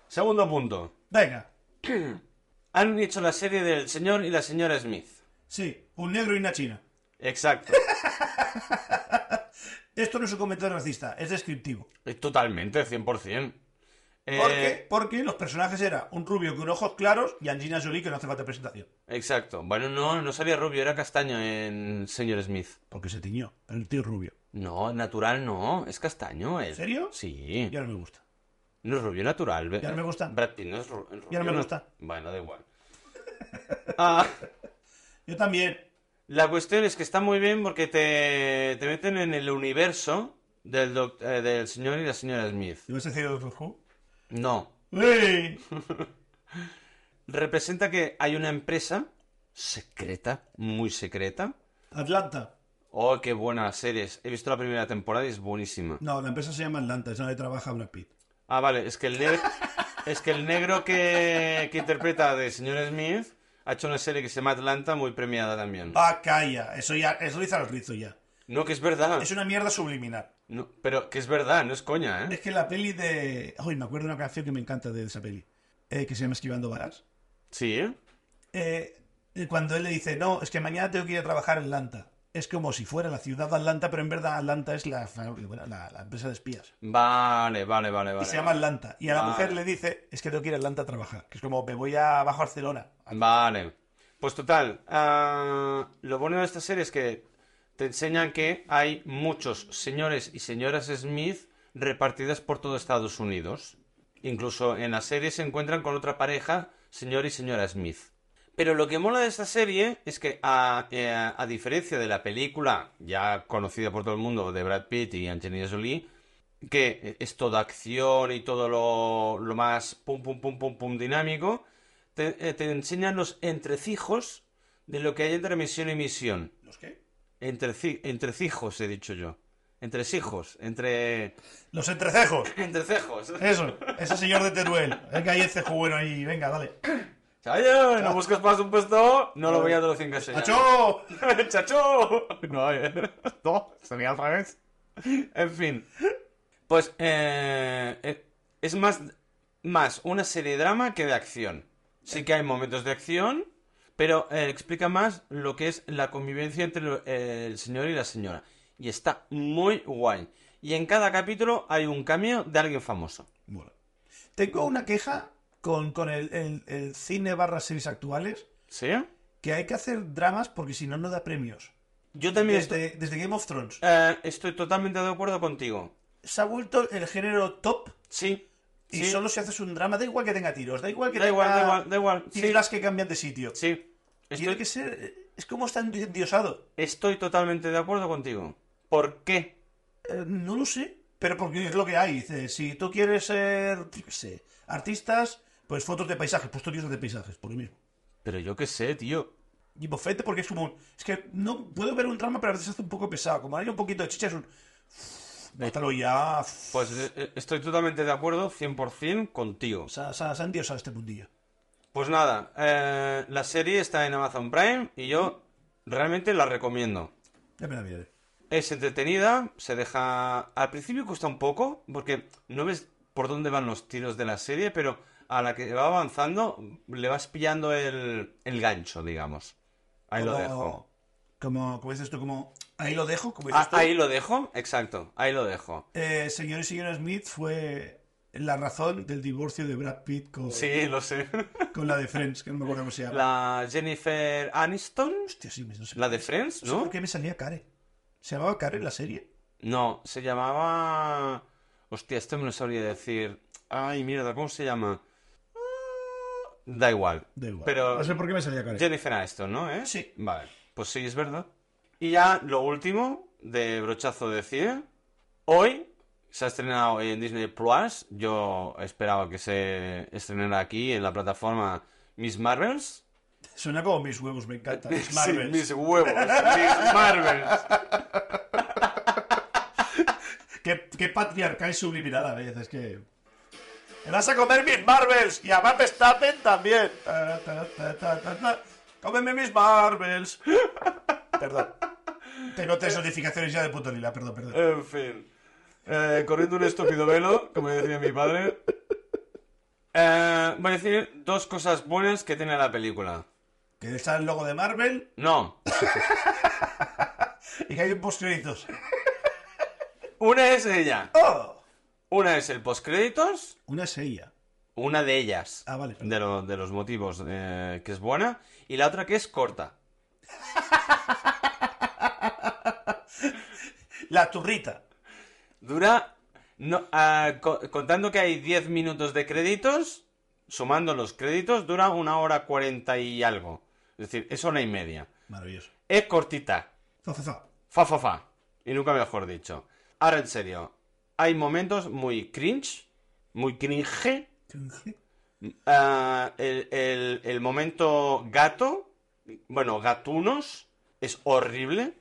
Segundo punto. Venga. Han hecho la serie del señor y la señora Smith. Sí, un negro y una china. Exacto. Esto no es un comentario racista, es descriptivo. Eh, Totalmente, 100%. Eh, ¿Por qué? Porque los personajes eran un rubio con ojos claros y Angina Jolie que no hace falta presentación. Exacto. Bueno, no, no salía rubio, era castaño en Señor Smith. Porque se tiñó, pero el tío es rubio. No, natural no, es castaño. él. ¿En serio? Sí. Ya no me gusta. No es rubio natural. ve- Ya no me gusta. Brad Pitt no es ru- rubio. Ya no me gusta. Bueno, da igual. Ah, Yo también. la cuestión es que está muy bien porque te, te meten en el universo del, doc- eh, del señor y la señora Smith. ¿Y vas a decir Doctor Who? No. ¡Ey! Representa que hay una empresa secreta, muy secreta. Atlanta. Oh, qué buena serie. es. He visto la primera temporada y es buenísima. No, la empresa se llama Atlanta, es donde trabaja Brad Pitt. Ah, vale, es que el negro, es que, el negro que, que interpreta de señor Smith ha hecho una serie que se llama Atlanta, muy premiada también. Ah, calla. Eso ya, es riza al rizo ya. No, que es verdad. Es una mierda subliminal. No, pero que es verdad, no es coña, Es ¿eh? que la peli de. Uy, me acuerdo de una canción que me encanta de esa peli. eh, que se llama Esquivando Balas. Sí, ¿eh? Eh, eh, cuando él le dice, no, es que mañana tengo que ir a trabajar en Atlanta. Es como si fuera la ciudad de Atlanta, pero en verdad Atlanta es la, fa- bueno, la- la empresa de espías. Vale, vale, vale, Y vale. Ah, se llama Atlanta. Y a la Vale. mujer le dice, es que tengo que ir a Atlanta a trabajar. Que es como, me voy a Bajo Barcelona. Vale. Pues total, ah, lo bueno de esta serie es que te enseñan que hay muchos señores y señoras Smith repartidas por todo Estados Unidos. Incluso en la serie se encuentran con otra pareja, señor y señora Smith. Pero lo que mola de esta serie es que, a, eh, a diferencia de la película ya conocida por todo el mundo de Brad Pitt y Angelina Jolie, que es toda acción y todo lo, lo más pum pum pum pum pum dinámico, te, eh, te enseñan los entrecijos de lo que hay entre misión y misión. ¿Los qué? Entreci- entrecijos, he dicho yo. Entresijos, entre... Los entrecejos. Entrecejos. Eso, ese señor de Teruel. Venga, hay ese bueno ahí, venga, dale. Chayo, no buscas más un puesto, no lo voy a traducir en castellano. ¡Acho! ¡Chacho! No, eh. no, sería al revés. En fin. Pues eh, eh, es más, más una serie de drama que de acción. Sí que hay momentos de acción, pero eh, explica más lo que es la convivencia entre lo- eh, el señor y la señora. Y está muy guay. Y en cada capítulo hay un cameo de alguien famoso. Bueno. Tengo una queja con, con el, el- el cine barra series actuales, ¿Sí? que hay que hacer dramas porque si no, no da premios. Yo también estoy, Desde, desde Game of Thrones. eh, estoy totalmente de acuerdo contigo. Se ha vuelto el género top Sí. y sí. solo si haces un drama, da igual que tenga tiros, da igual que Da tenga igual, da igual, da igual. Sí. islas que cambian de sitio. Sí, Tiene estoy, que ser... Es como está endiosado. estoy totalmente de acuerdo contigo. ¿Por qué? Eh, no lo sé, pero porque es lo que hay. Dice, si tú quieres ser, yo qué sé, artistas, pues fotos de paisajes, pues tú tienes de paisajes, por lo mismo. Pero yo qué sé, tío. Y bofete porque es como un- Es que no puedo ver un drama, pero a veces hace un poco pesado. Como hay un poquito de chicha, es un... Mátalo ya. f- Pues eh, eh, estoy totalmente de acuerdo, 100% contigo. Se ha, se ha- se ha endiosado este mundillo. Pues nada, eh, la serie está en Amazon Prime y yo realmente la recomiendo. Ya me la miraré. Es entretenida, se deja... Al principio cuesta un poco, porque no ves por dónde van los tiros de la serie, pero a la que va avanzando le vas pillando el, el gancho, digamos. Ahí lo Como- dejo. Como, como dices tú, como... Ahí lo dejo, como dices Ah, tú. ahí lo dejo, exacto, ahí lo dejo. Eh, señor y señora Smith fue la razón del divorcio de Brad Pitt con, Sí, lo sé. con la de Friends, que no me acuerdo cómo se llama. La Jennifer Aniston, Hostia, sí, no sé. la de Friends, No sé por ¿no? qué me salía Care. ¿Se llamaba Care la serie? No, se llamaba... Hostia, esto me lo sabría decir. Ay, mierda, ¿cómo se llama? Ah, Da igual. Da igual. Pero- No sé por qué me salía Care. Jennifer Aniston, ¿no? eh? Sí. Vale, pues sí, es verdad. Y ya lo último, de brochazo de CIE. Hoy se ha estrenado en Disney Plus. Yo esperaba que se estrenara aquí en la plataforma Miss Marvels. Suena como mis huevos, me encanta. Mis Sí, Marvels. mis huevos, mis Marvels. Qué, qué patriarcal y subliminal a veces, que... ¡Me vas a comer mis Marvels! Y a Matt Stappen también. Ta, ta, ta, ta, ta, ta. ¡Cómeme mis Marvels! perdón. Tengo tres notificaciones ya de puto lila, perdón, perdón. En fin. Eh, corriendo un estúpido velo, como decía mi padre. Eh, voy a decir dos cosas buenas que tiene la película. Que está el logo de Marvel No, y que hay un post créditos. Una es ella. ¡Oh! Una es el postcréditos. Una es ella. Una de ellas. Ah, vale. perdón. De, lo- de los motivos eh, que es buena. Y la otra que es corta. La turrita. Dura. No, ah, co- contando que hay 10 minutos de créditos, sumando los créditos, dura una hora 40 y algo. Es decir, es hora y media. Maravilloso. Es cortita. Fa, fa, fa. Fa, fa, fa. Y nunca mejor dicho. Ahora en serio. Hay momentos muy cringe. Muy cringe. Ah, el, el- el momento gato, bueno, gatunos, es horrible.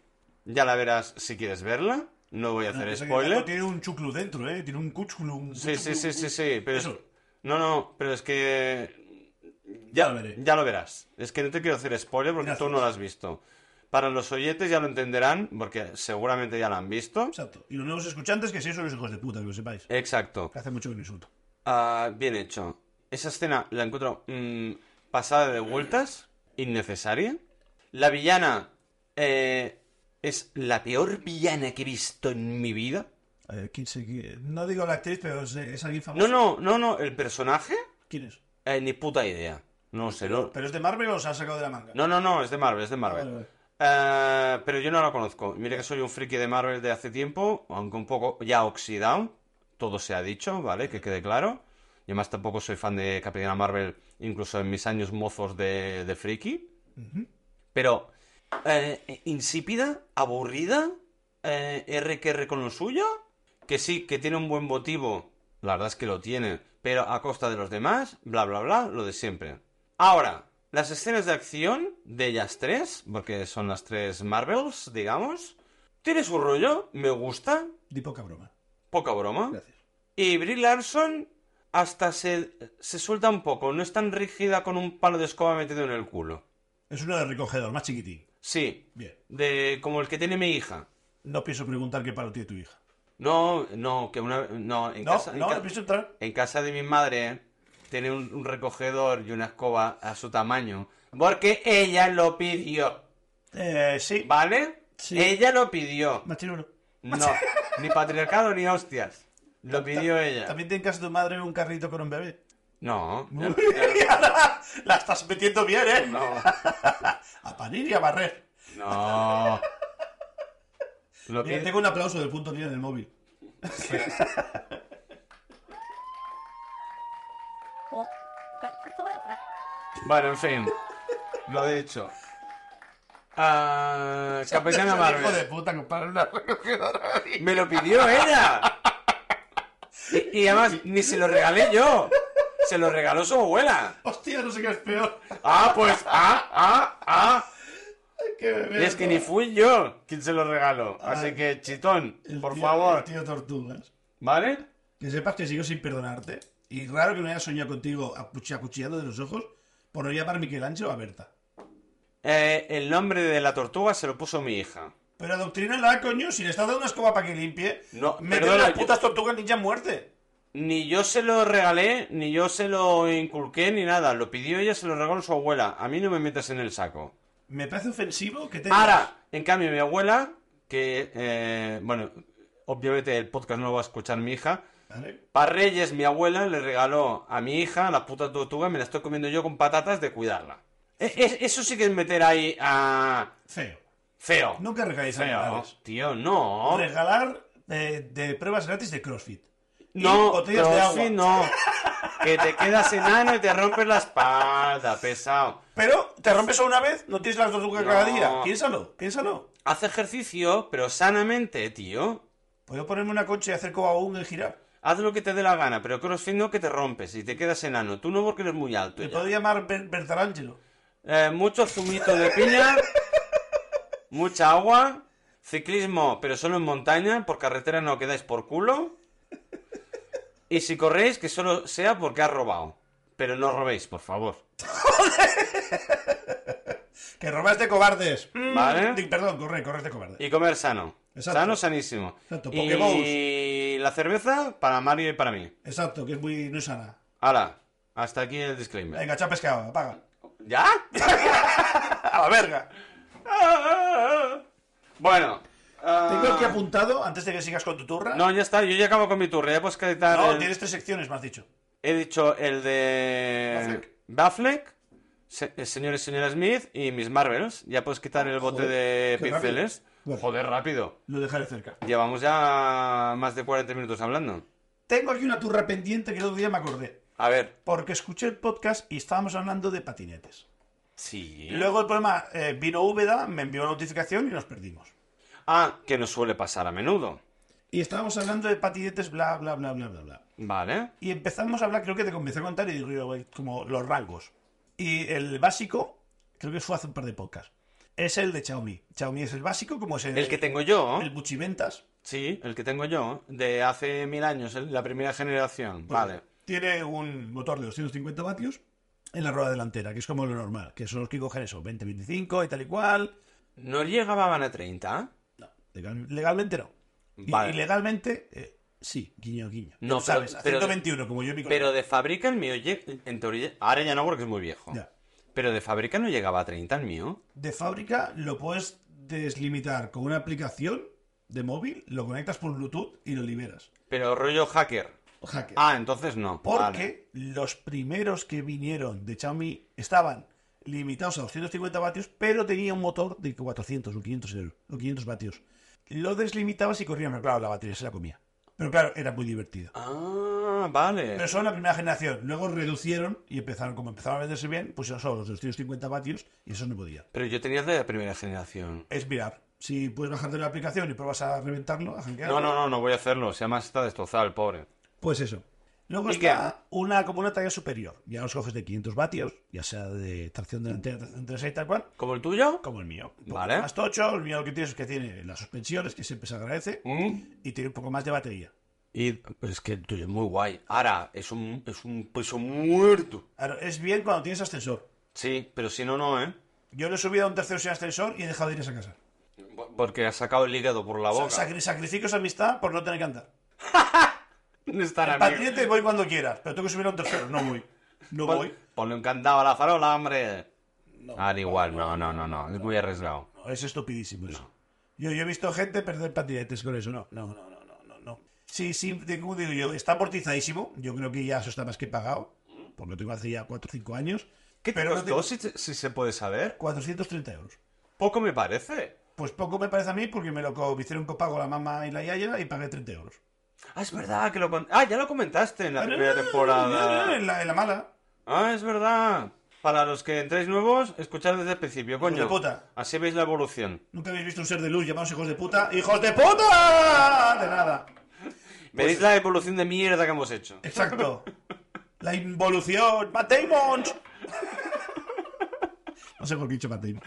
Ya la verás si quieres verla. No voy a hacer Esa que spoiler. Tiene un chuclu dentro, ¿eh? Tiene un cuchulu. un Sí, sí, cuchulu, sí, sí, sí, pero es- Eso. No, no, pero es que... Ya Ya, lo veré. ya lo verás. Es que no te quiero hacer spoiler porque tú Gracias. no lo has visto. Para los oyentes ya lo entenderán porque seguramente ya la han visto. Exacto. Y los nuevos escuchantes, que sí son los hijos de puta, que lo sepáis. Exacto. Que hace mucho que no insulto. Ah, bien hecho. Esa escena la encuentro mm, pasada de vueltas, innecesaria. La villana eh, es la peor villana que he visto en mi vida. Eh, ¿quién se- quién- No digo la actriz, pero es, es alguien famoso. No, no, no, no, el personaje, ¿Quién es? eh, ni puta idea. No sé, no. ¿Pero es de Marvel o se ha sacado de la manga? No, no, no, es de Marvel, es de Marvel. Vale, vale. Eh, pero yo no la conozco. Mira que soy un friki de Marvel de hace tiempo, aunque un poco ya oxidado. Todo se ha dicho, ¿vale? Que quede claro. Y además tampoco soy fan de Capitana Marvel, incluso en mis años mozos de, de friki. Pero eh, insípida, aburrida, eh, R que R con lo suyo. Que sí, que tiene un buen motivo. La verdad es que lo tiene. Pero a costa de los demás, bla, bla, bla, lo de siempre. Ahora, las escenas de acción de ellas tres, porque son las tres Marvels, digamos, tiene su rollo, me gusta, Di poca broma. poca broma. Gracias. Y Brie Larson hasta se, se suelta un poco, no es tan rígida con un palo de escoba metido en el culo. Es uno de recogedor, más chiquitín. Sí, Bien. de como el que tiene mi hija. No pienso preguntar qué palo tiene tu hija. No, no, que una... No, en No, casa... en no, ca- no pienso entrar. En casa de mi madre tiene un, un recogedor y una escoba a su tamaño. Porque ella lo pidió. Eh, sí. ¿Vale? Sí. Ella lo pidió. Machirulo. No, ni patriarcado ni hostias. Lo pidió ella. También tiene en casa de tu madre un carrito con un bebé. No, La estás metiendo bien, ¿eh? no, A parir y a barrer. no. Lo Mira, pide- tengo un aplauso del punto negro en el móvil. Bueno, en fin. Lo he dicho. Ah, Capitana Hijo de Marvel. puta, compadre. una recogedora. Me lo pidió ella. Y, y además, ni se lo regalé yo. Se lo regaló su abuela. Hostia, no sé qué es peor. Ah, pues, ah, ah, ah. Qué bebé, Y es que ni ¿no? fui yo quien se lo regaló. Así que, chitón, El por tío- favor. el tío Tortugas. ¿Vale? Que sepas que sigo sin perdonarte. Y raro que no haya soñado contigo apuchi- acuchillando de los ojos por no llamar Michelangelo a Berta. Eh, el nombre de la tortuga se lo puso mi hija. Pero adoctrínala, coño. Si le estás dando una escoba para que limpie, No, mete perdona, las yo- putas tortugas ninja a muerte. Ni yo se lo regalé, ni yo se lo inculqué, ni nada. Lo pidió ella, se lo regaló su abuela. A mí no me metas en el saco. Me parece ofensivo que te. Ahora, en cambio, mi abuela, que, eh, bueno, obviamente el podcast no lo va a escuchar mi hija. ¿Vale? Para Reyes, mi abuela le regaló a mi hija la puta tortuga y me la estoy comiendo yo con patatas de cuidarla. E- es- eso sí que es meter ahí a... Feo. Feo. Nunca regaléis Feo. animales. Tío, no. Regalar eh, de pruebas gratis de CrossFit. y No, botellas de Crossfit agua. no. Que te quedas enano y te rompes la espalda, pesado. Pero te rompes una vez, no tienes las tortugas No. cada día. Piénsalo, piénsalo. Haz ejercicio, pero sanamente, tío. Puedo ponerme una concha y hacer cobaúl y girar. Haz lo que te dé la gana, pero crossfit no que te rompes y te quedas enano. Tú no porque eres muy alto. Te ya. puedo llamar Ber- Bertarangelo. Eh, mucho zumito de piña, mucha agua, ciclismo, pero solo en montaña, por carretera no quedáis por culo. Y si corréis, que solo sea porque has robado. Pero no robéis, por favor. Que robas de cobardes. Mm, Vale. di- Perdón, corre, corres de cobarde. Y comer sano. Exacto. Sano, sanísimo. Exacto, y la cerveza para Mario y para mí. Exacto, que es muy no es sana. Ahora, hasta aquí el disclaimer. Venga, chao pescado, apaga. ¿Ya? A la verga. Bueno, Tengo aquí apuntado, antes de que sigas con tu turra. Ah. No, ya está, yo ya acabo con mi turno. Ya puedes editar No, el- tienes tres secciones, me has dicho. He dicho el de. Baffleck, se- el señor y señora Smith y Miss Marvels. Ya puedes quitar el bote Joder, de qué rápido. pinceles. Bueno. Joder, rápido. Lo dejaré cerca. Llevamos ya más de 40 minutos hablando. Tengo aquí una turra pendiente que el otro día me acordé. A ver. Porque escuché el podcast y estábamos hablando de patinetes. Sí. Luego el problema eh, vino Úbeda, me envió una notificación y nos perdimos. Ah, que nos suele pasar a menudo. Y estábamos hablando de patinetes, bla, bla, bla, bla, bla, bla. Vale. Y empezamos a hablar, creo que te comencé a contar y digo yo, güey, como los rangos. Y el básico, creo que fue hace un par de podcasts, es el de Xiaomi. Xiaomi es el básico, como es el, El que tengo yo. el Buchiventas. Sí, el que tengo yo. De hace mil años, el- la primera generación. Vale. Pues, Tiene un motor de 250 vatios en la rueda delantera, que es como lo normal, que son los que cogen eso, 20, 25 y tal y cual. ¿No llegaban a 30? No, legal- legalmente no. Y- Vale. Y legalmente, eh, sí, guiño, guiño. No, Tú sabes, pero- a pero- 121, como yo en mi Pero de fábrica el mío, lle- en teoría, ahora ya no porque es muy viejo. Ya. Pero de fábrica no llegaba a 30 el mío. De fábrica lo puedes deslimitar con una aplicación de móvil, lo conectas por Bluetooth y lo liberas. Pero rollo hacker. O hacker. Ah, entonces no. Vale. Porque los primeros que vinieron de Xiaomi estaban limitados a 250 vatios, pero tenía un motor de 400 o 500 euros, o 500 vatios. Lo deslimitabas y corría, pero claro, la batería se la comía. Pero claro, era muy divertido. Ah, vale. Pero son la primera generación. Luego reducieron y empezaron, como empezaron a venderse bien, pusieron solo los 250 vatios y eso no podía. Pero yo tenía el de la primera generación. Es mirar. Si puedes bajar de la aplicación y pruebas a reventarlo, a hackearlo, No, no, no, no voy a hacerlo. Si además está destrozado el pobre. Pues eso. Luego ¿Y está una como una talla superior. Ya los coges de 500 vatios, ya sea de tracción delantera, tracción trasera y tal cual, ¿Como el tuyo? como el mío. Un poco Vale. Más tocho, el mío lo que tiene es que tiene las suspensiones, que siempre se agradece, Mm. y tiene un poco más de batería. Y pero es que el tuyo es muy guay. Ahora, es un, es un peso muerto. Ahora, es bien cuando tienes ascensor. Sí, pero si no, no, ¿eh? Yo lo he subido a un tercero sin ascensor y he dejado de ir a esa casa. Porque ha sacado el hígado por la O sea, boca. sacri- sacrifico esa amistad por no tener que andar. No está la mierda. Patinete voy cuando quieras, pero tengo que subir a un tercero. No voy. No Pon- voy. Ponle un candado a la farola, hombre. Al igual, no, no, no, no. Es muy arriesgado. No, es estupidísimo eso. Yo, yo he visto gente perder patinetes con eso. No, no, no, no, no, no. no. Sí, sí, de- como digo yo, está amortizadísimo. Yo creo que ya eso está más que pagado. Porque lo tengo hace ya 4 o 5 años. ¿Qué te pero no costó, si, te- si se puede saber? 430 euros. Poco me parece. Pues poco me parece a mí porque me lo co- me hicieron copago la mamá y la yaya y pagué 30 euros. Ah, es verdad que lo... con- Ah, ya lo comentaste en la Pero- primera temporada. En la, en la mala. Ah, es verdad. Para los que entréis nuevos, escuchad desde el principio, de coño. puta. Así veis la evolución. Nunca habéis visto un ser de luz llamados hijos de puta. ¡Hijos de puta! De nada. Pues Veis la evolución de mierda que hemos hecho. Exacto. La involución. ¡Matt Damon! No sé por qué he dicho Matt Damon.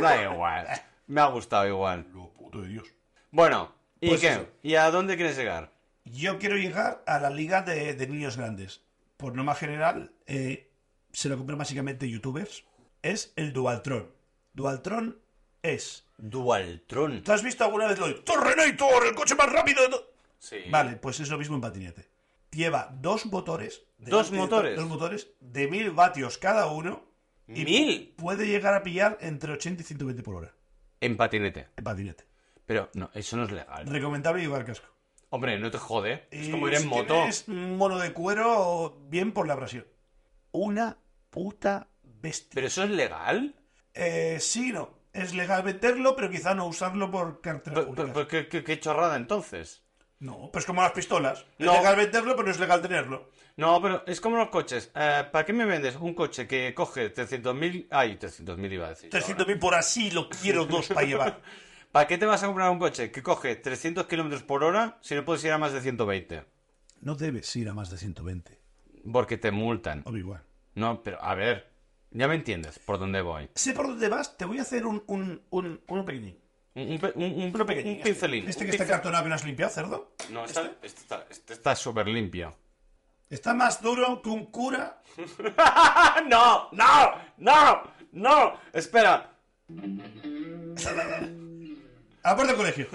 Da igual. Me ha gustado igual. Lo puto de Dios. Bueno, ¿y Pues qué? eso. ¿Y a dónde quieres llegar? Yo quiero llegar a la liga de, de niños grandes. Por norma general, eh, se lo compran básicamente youtubers. Es el Dualtron. Dualtron es. Dualtron. ¿Tú has visto alguna vez lo de Torrenator, el coche más rápido de todo? Sí. Vale, pues es lo mismo en patinete. Lleva dos motores. ¿Dos delante de- motores? Dos motores de mil vatios cada uno. y ¿Mil? Puede llegar a pillar entre 80 y 120 por hora En patinete. en patinete. Pero no, eso no es legal. Recomendable llevar casco. Hombre, no te jode. Es como Y ir en Eh, si moto. tienes un mono de cuero, bien por la abrasión. Una puta bestia. ¿Pero eso es legal? Eh, sí, no. Es legal venderlo, pero quizá no usarlo por cartera Pero- pública. pero- pero ¿Qué, qué- qué chorrada entonces? No, pues como las pistolas. No. Es legal venderlo, pero no es legal tenerlo. No, pero es como los coches. Eh, ¿Para qué me vendes un coche que coge 300.000... Ay, 300.000 iba a decir. yo ahora. 300.000 por así lo quiero dos para llevar. ¿Para qué te vas a comprar un coche que coge 300 kilómetros por hora si no puedes ir a más de 120? No debes ir a más de 120. Porque te multan. Obi-Wan. No, pero a ver. Ya me entiendes por dónde voy. Sé por dónde vas, te voy a hacer un, un, un, uno pequeñín. Un, un pe- un- un- Uno pequeñín. un pincelín. Este un que está pincel- cartonado que no has limpiado, cerdo. No, está- este está- este está súper limpio. Está más duro que un cura. no, no, no, no. Espera. A la puerta del colegio.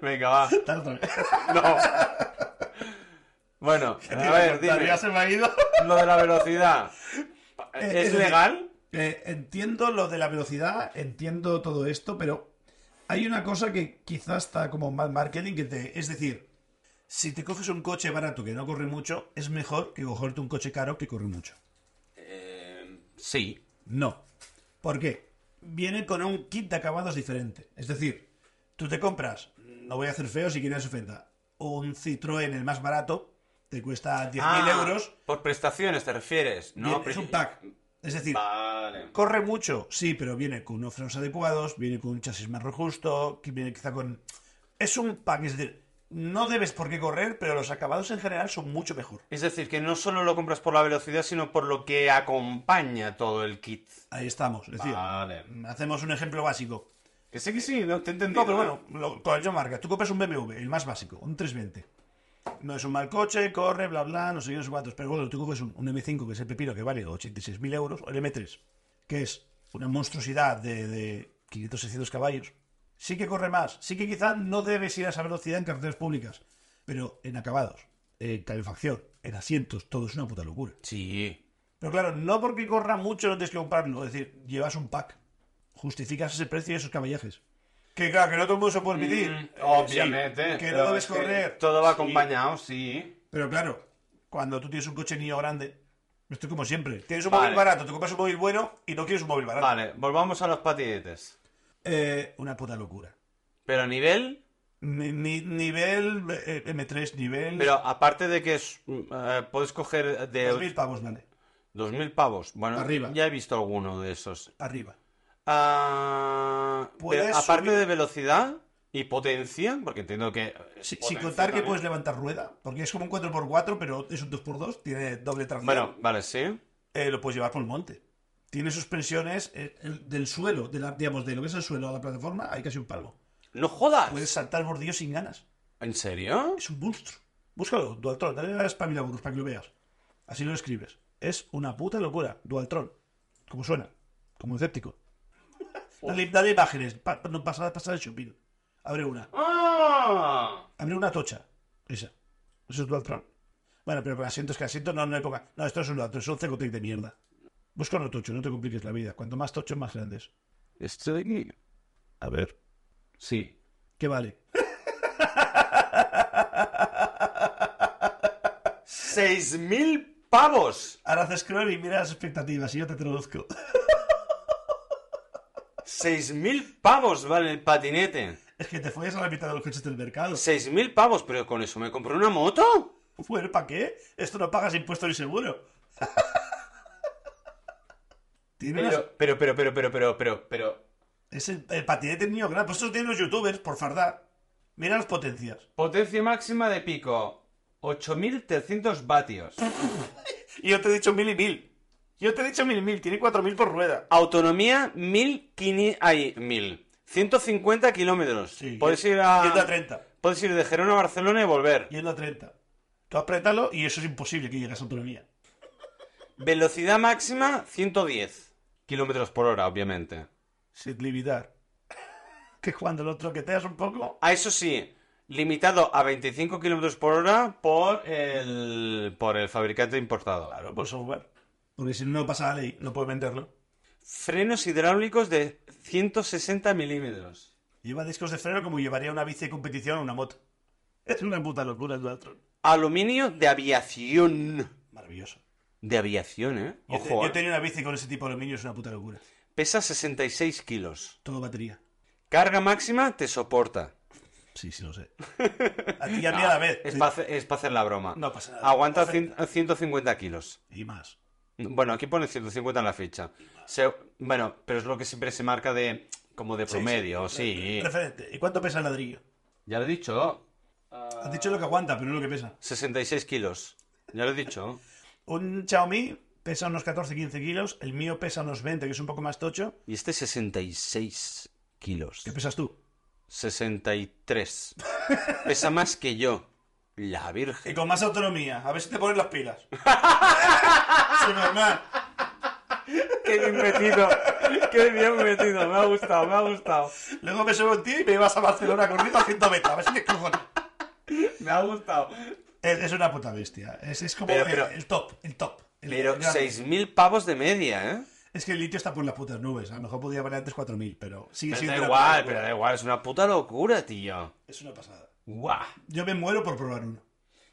Venga, va. Tal otra vez. No. Bueno, a ver, Ya dime. se me ha ido. Lo de la velocidad. Eh, ¿Es decir, legal? Eh, entiendo lo de la velocidad, entiendo todo esto, pero hay una cosa que quizás está como mal marketing, que te, es decir, si te coges un coche barato que no corre mucho, es mejor que cogerte un coche caro que corre mucho. Eh, sí. No. ¿Por qué? Viene con un kit de acabados diferente. Es decir, tú te compras, no voy a hacer feo si quieres ofenda, un Citroën el más barato, te cuesta 10.000 Ah, euros, Por prestaciones te refieres, ¿no? bien, es un pack. Es decir, Vale. corre mucho, sí, pero viene con unos frenos adecuados, viene con un chasis más robusto, que viene quizá con... Es un pack, es decir, no debes por qué correr, pero los acabados en general son mucho mejor. Es decir, que no solo lo compras por la velocidad, sino por lo que acompaña todo el kit. Ahí estamos, es decir, Vale. hacemos un ejemplo básico. Que sí, que sí, no te he entendido. No, pero bueno, lo- con yo marca. Tú compras un BMW, el más básico, un 320. No es un mal coche, corre, bla, bla, no sé qué, no sé cuántos. Pero bueno, tú coges un, un M5, que es el pepino, que vale 86.000 euros, o el M3, que es una monstruosidad de, de 500, 600 caballos. Sí que corre más. Sí que quizá no debes ir a esa velocidad en carreteras públicas, pero en acabados, en calefacción, en asientos, todo es una puta locura. Sí. Pero claro, no porque corra mucho no tienes que comprarlo. Es decir, llevas un pack. Justificas ese precio y esos caballajes. Que claro, que no todo el mundo se puede permitir. Eh, sí, Mm, Obviamente. que pero no debes es que correr. Todo va Sí. acompañado, sí. Pero claro, cuando tú tienes un coche niño grande, esto es como siempre. Tienes un Vale. móvil barato, te compras un móvil bueno y no quieres un móvil barato. Vale, volvamos a los patinetes. Eh, una puta locura. Pero a nivel, Ni- ni- nivel eh, M3, nivel... pero aparte de que es, mm, eh, puedes coger de 2.000 pavos, vale. 2.000 pavos. Bueno, Arriba. ya he visto alguno de esos. Arriba. Ah, pero Puedes aparte subir- de velocidad y potencia, porque entiendo que... eh, Si- sin potencia contar que también. puedes levantar rueda, porque es como un 4x4, pero es un 2x2, tiene doble tracción. Bueno, vale, sí. eh, lo puedes llevar por el monte. Tiene suspensiones eh, el- del suelo, de la- digamos, de lo que es el suelo a la plataforma, hay casi un palmo. No jodas. Puedes saltar bordillos sin ganas. ¿En serio? Es un monstruo. Búscalo, Dualtron, dale a Spabilaburus para que lo veas. Así lo escribes. Es una puta locura, Dualtron. Como suena, como un escéptico. Dale, dale imágenes, pa- no pasa, pasa de chupín. Abre una, ¡Ah! abre una tocha. Esa. Eso es Dualtron. Bueno, pero con asientos que asiento no, no hay poca. No, esto es un Dualtron, es un Cecotec de mierda. Busca uno tocho, no te compliques la vida. Cuanto más tocho, más grandes. ¿Esto de aquí? A ver. Sí. ¿Qué vale? 6.000 pavos. Ahora haces scroll y mira las expectativas y yo te traduzco. 6.000 pavos vale el patinete. Es que te follas a la mitad de los coches del mercado. 6.000 pavos, pero con eso me compré una moto. Bueno, ¿para qué? Esto no pagas impuestos ni seguro. Tiene unas- Pero, pero, pero, pero, pero, pero, pero, pero... Es el, el patinete niño grande. Pues esto tienen los youtubers, por fardar. Mira las potencias. Potencia máxima de pico. 8.300 vatios. Y yo te he dicho mil y mil. Yo te he dicho mil y mil. Tiene cuatro mil por rueda. Autonomía 1.500... Ay, 1.000. 150 kilómetros. Sí. Puedes ir Yendo a a... 30. Puedes ir de Gerona a Barcelona y volver. Yendo a 30. Tú apriétalo y eso es imposible que llegues a autonomía. Velocidad máxima 110 kilómetros por hora, obviamente. Sin limitar. Que cuando lo troqueteas un poco, Ah, eso sí, limitado a 25 kilómetros por hora por el, por el fabricante importado. Claro, por software. Porque si no pasa la ley, no puedes venderlo. Frenos hidráulicos de 160 milímetros. Lleva discos de freno como llevaría una bici de competición a una moto. Es una puta locura el Dualtron. Aluminio de aviación. Maravilloso. De aviación, ¿eh? Yo, te- Ojo, yo ¿eh? tenía una bici con ese tipo de aluminio, es una puta locura. Pesa 66 kilos. Todo batería. Carga máxima te soporta. Sí, sí, lo sé. A ti y a mí a Ah, la vez. Es para hacer, es pa hacer la broma. No pasa nada. Aguanta Ofende. 100 150 kilos. Y más. Bueno, aquí pone 150 en la ficha. Se- bueno, pero es lo que siempre se marca de como de promedio, sí. Referente. ¿Y cuánto pesa el ladrillo? Ya lo he dicho. Has dicho lo que aguanta, pero no lo que pesa. 66 kilos. Ya lo he dicho. Un Xiaomi pesa unos 14-15 kilos. El mío pesa unos 20, que es un poco más tocho. Y este 66 kilos. ¿Qué pesas tú? 63. Pesa más que yo. La Y Virgen. con más autonomía. A ver si te pones las pilas. Superman. Qué bien metido. Qué bien metido. Me ha gustado, me ha gustado. Luego me subo en ti y me ibas a Barcelona corriendo a 120. A ver si te cojones. Me ha gustado. Es, es una puta bestia. Es, es como Pero- el- pero- el, top, el top. El- Pero el grande. 6.000 pavos de media, ¿eh? Es Es que el litio está por las putas nubes. A lo mejor podía valer antes 4.000, pero sigue Pero siendo. da una igual, puta pero da locura. igual, es una puta locura, tío. Es una pasada. Guau. Yo me muero por probar uno.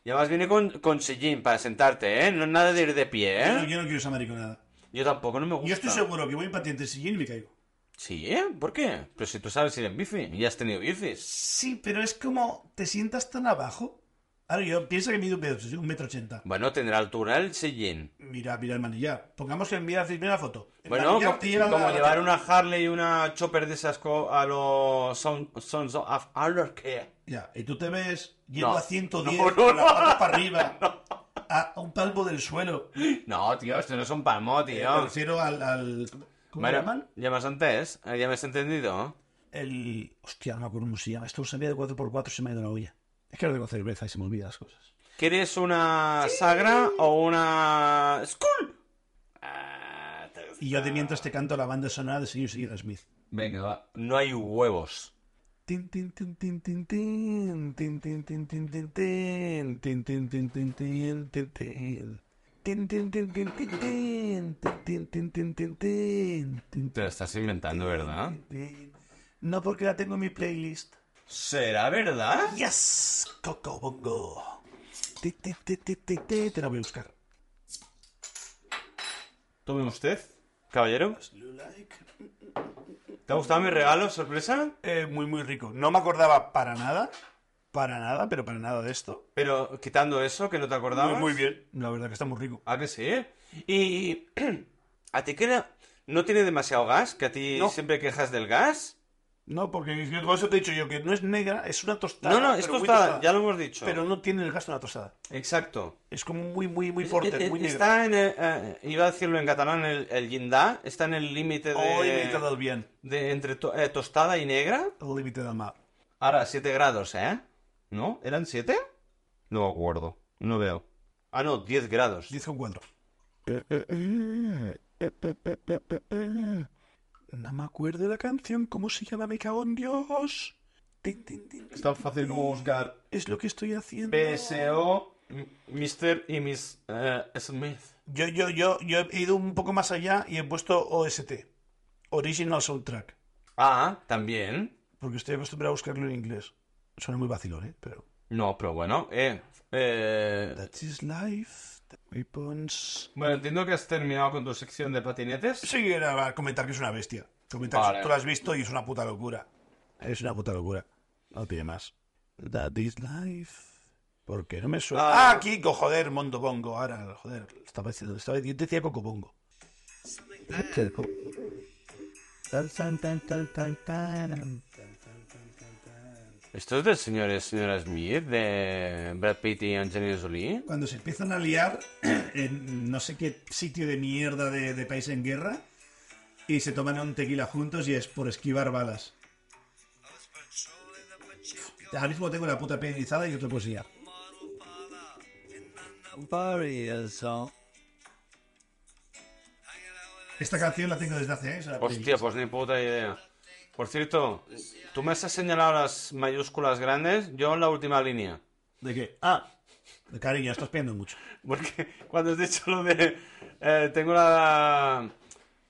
Y además viene con, con sillín para sentarte, ¿eh? No es nada de ir de pie, Yo, no, ¿eh? yo no quiero esa mariconada. Yo tampoco, no me gusta. Yo estoy seguro que voy patiente el sillín y me caigo. ¿Sí? ¿eh? ¿Por qué? Pero si tú sabes ir en bici, ya has tenido bicis. Sí, pero es como te sientas tan abajo. Ahora yo pienso que mido un metro, sí, un metro ochenta. Bueno, tendrá altura el sillín. Mira, mira el manillar. Pongamos que envía mira la foto. El Bueno, manillar co- te lleva a la- como llevar una Harley y una Chopper de esas co- a los Son- Sons of Anarchy. Ya, y tú te ves yendo No. a 110 No, no, con las no. patas para arriba. A, a un palmo del suelo. No, tío, esto no es un palmo, Eh, me tío. refiero al. al- ¿Cómo se Bueno, llaman? ¿Llamas antes? Eh, ¿Ya me has entendido? El. Hostia, no me acuerdo cómo se llama. Esto sabía de 4x4 se me ha ido la olla. Es que no tengo cerveza y se me olvidan las cosas. ¿Quieres una Sagra o una Skull? Ah, te- Y yo de mientras te canto la banda sonora de Señor Sir Smith. Venga, va. No hay huevos. Tin, tin, tin, tin, tin, tin, tin, tin, tin, tin, tin, tin, tin, tin, tin, tin, tin, tin, tin. Tin, tin, tin, tin, tin, tin, tin, tin, tin, tin, tin, tin, tin, Te lo estás inventando, ¿verdad? Eh, No porque la tengo en mi playlist. ¿Será verdad? Yes, Coco Bongo. Ti, ti, ti, ti, ti, ti, Te la voy a buscar. Tome usted. Caballero, ¿te ha gustado mi regalo, sorpresa? Eh, muy, muy rico. No me acordaba para nada, para nada, pero para nada de esto. Pero quitando eso, que no te acordabas. Muy, muy bien. La verdad que está muy rico. ¿A que sí? Y. ¿A ti que era- no tiene demasiado gas? ¿Que a ti No. siempre quejas del gas? No, porque es que por eso te he dicho yo que no es negra, es una tostada. no, no, es pero muy tostada, ya lo hemos dicho. Pero no tiene el gasto de una tostada. Exacto. Es como muy, muy, muy Es- e, porter, es- muy negra. está en el, eh, iba a decirlo en catalán, el, el guindá, está en el límite Oh, de, límite del bien. de entre to- eh, tostada y negra. El límite del mal. Ahora, 7 grados, ¿eh? ¿No? ¿Eran 7? No me acuerdo, no veo. Ah, no, 10 grados. 10,4. tin. No me acuerdo de la canción, ¿cómo se llama? Me cago en Dios. Tin, tin, tin. Es tan fácil como buscar Es lo que estoy haciendo. PSO, Mr. y Miss eh, Smith. Yo, yo, yo, yo he ido un poco más allá y he puesto OST. Original Soundtrack. Ah, también. Porque estoy acostumbrado a buscarlo en inglés. Suena muy vacilón, ¿eh? Pero... No, pero bueno, eh, eh, That is life. that weapons... Bueno, entiendo que has terminado con tu sección de patinetes. Sí, era comentar que es una bestia. Comentar Vale. que tú lo has visto y es una puta locura. Es una puta locura. No tiene más. That is life. Porque no me suena. Ah. Ah, Kiko, joder, Mondo Bongo. Ahora, joder, estaba diciendo, estaba diciendo, decía Coco Bongo. Esto es del señor y señora Smith, de Brad Pitt y Angelina Jolie. Cuando se empiezan a liar en no sé qué sitio de mierda de, de país en guerra y se toman un tequila juntos y es por esquivar balas. Ahora mismo tengo la puta penalizada y otra poesía. Esta canción la tengo desde hace años. en la Hostia, playlist. pues ni puta idea. Por cierto, tú me has señalado las mayúsculas grandes, yo en la última línea. ¿De qué? Ah, cariño, estás pidiendo mucho. Porque cuando has dicho lo de... eh, tengo la...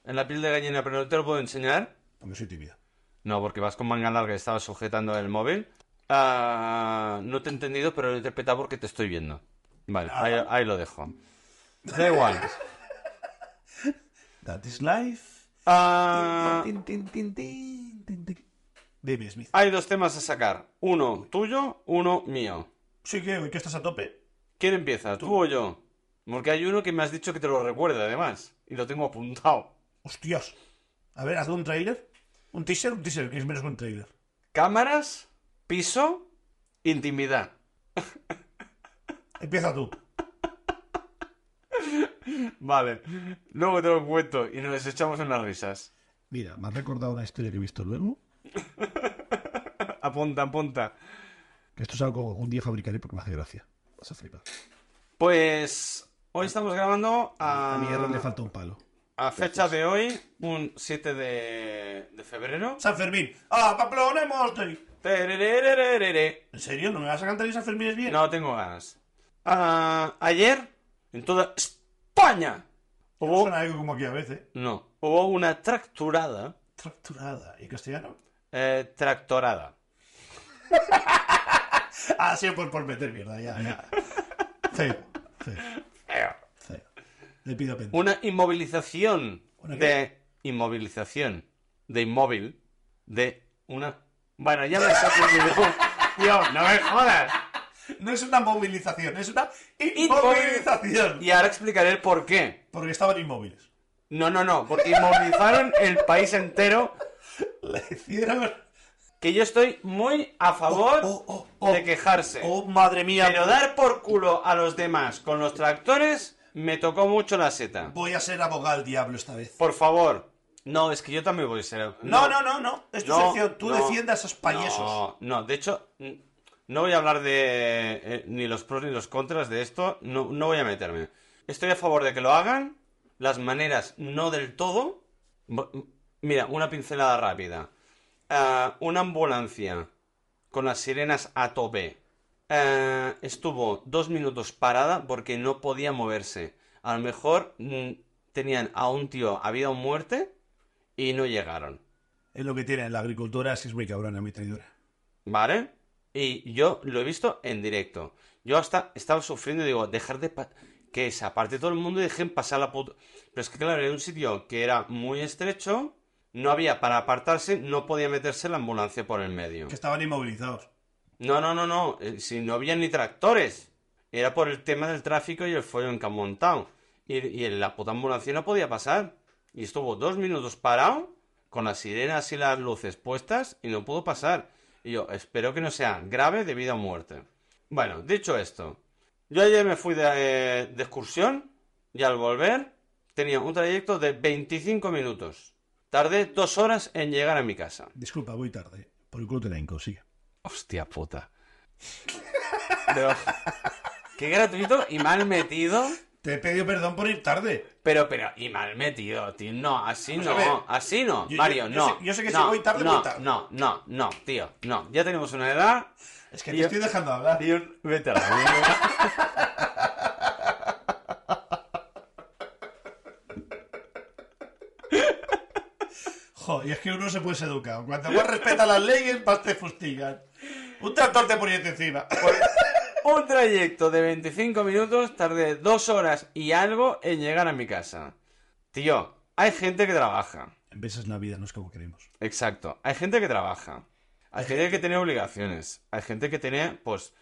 En la piel de gallina, pero no te lo puedo enseñar. Porque soy tímido. No, porque vas con manga larga y estabas sujetando el móvil. Ah, no te he entendido, pero lo he interpretado porque te estoy viendo. Vale, ahí, ahí lo dejo. Da igual. That is life. Ah, Baby Smith. hay dos temas a sacar. Uno tuyo, uno mío. Sí, que, que estás a tope. ¿Quién empieza? ¿Tú o yo? Porque hay uno que me has dicho que te lo recuerda, además. Y lo tengo apuntado. Hostias. A ver, haz un trailer. Un teaser, un teaser, que es menos que un trailer. Cámaras, piso, intimidad. Empieza tú. Vale. Luego te lo cuento y nos echamos unas risas. Mira, me has recordado una historia que he visto luego. Apunta, apunta. Que esto es algo que un día fabricaré porque me hace gracia. Vas a flipar. Pues hoy estamos grabando a, A mi R le falta un palo. a fecha de hoy, un 7 de, de febrero. San Fermín. ¡Ah, Pamplona y Monster! Terererererere. ¿En serio? ¿No me vas a cantar y San Fermín es bien? No tengo ganas. Ah, ayer, en toda España, No Pues suena algo como aquí a veces. No. Hubo una tracturada. Tracturada. ¿Y castellano? eh, tractorada. Ah, sí, por, por meter mierda, ya, ya. Feo, feo, feo. Le pido perdón. Una inmovilización ¿Una qué? de. Inmovilización. De inmóvil. De una. Bueno, ya me has olvidado. Dios, no me jodas. No es una movilización, es una Y ahora explicaré el por qué. Porque estaban inmóviles. No, no, no. Porque inmovilizaron el país entero. Le hicieron... Que yo estoy muy a favor Oh, oh, oh, oh. de quejarse. Oh, madre mía. Pero dar por culo a los demás con los tractores me tocó mucho la seta. Voy a ser abogado al diablo esta vez. Por favor. No, es que yo también voy a ser. No, no, no, no. Es tu No, sección. Tú no, defiendas a esos payesos. No, no, de hecho, n- no voy a hablar de eh, ni los pros ni los contras de esto, no, no voy a meterme. Estoy a favor de que lo hagan, las maneras no del todo. Bo- m- Mira, una pincelada rápida. Ah, una ambulancia con las sirenas a tope ah, estuvo dos minutos parada porque no podía moverse. A lo mejor mm, tenían a un tío a vida o muerte y no llegaron. Es lo que tiene la agricultura, si es muy cabrona, muy traidora. ¿Vale? Y yo lo he visto en directo. Yo hasta estaba sufriendo y digo, dejar de... pa- que se aparte todo el mundo y dejen pasar la puta... Pero es que claro, era un sitio que era muy estrecho, no había para apartarse, no podía meterse la ambulancia por el medio. Que estaban inmovilizados. No, no, no, no, eh, si no había ni tractores. Era por el tema del tráfico y el follón que han montado. Y, y la puta ambulancia no podía pasar. Y estuvo dos minutos parado, con las sirenas y las luces puestas, y no pudo pasar. Y yo, espero que no sea grave de vida o muerte. Bueno, dicho esto, yo ayer me fui de, eh, de excursión, y al volver tenía un trayecto de 25 minutos. Tardé dos horas en llegar a mi casa. Disculpa, voy tarde. eh, Por el culo te la hinco, sigue. Hostia puta. Pero, qué gratuito y mal metido. Te he pedido perdón por ir tarde. Pero, pero, y mal metido, tío. No, así Vamos a ver. no, así no, Yo- yo- Mario, yo no. sé- yo sé que no, si voy tarde, no, voy tarde. No, no, no, tío, no. Ya tenemos una edad. Es que Yo- te estoy dejando hablar. Tío, vete a la mierda. Jo, y es que uno se puede ser educado. Cuanto más respeta las leyes, más te fustigan. Un tractor te ponía encima. Un trayecto de 25 minutos, tardé dos horas y algo en llegar a mi casa. Tío, hay gente que trabaja. Empiezas la vida, no es como queremos. Exacto. Hay gente que trabaja. Hay gente que tiene obligaciones. Hay gente que tiene, pues,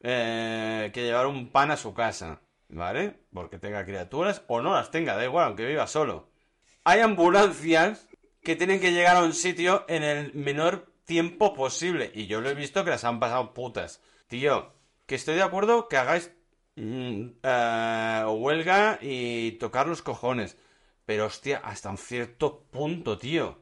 eh, que llevar un pan a su casa, ¿vale? Porque tenga criaturas o no las tenga, da igual, aunque viva solo. Hay ambulancias que tienen que llegar a un sitio en el menor tiempo posible. Y yo lo he visto que las han pasado putas. Tío, que estoy de acuerdo que hagáis mm, eh, huelga y tocar los cojones. Pero hostia, hasta un cierto punto, tío.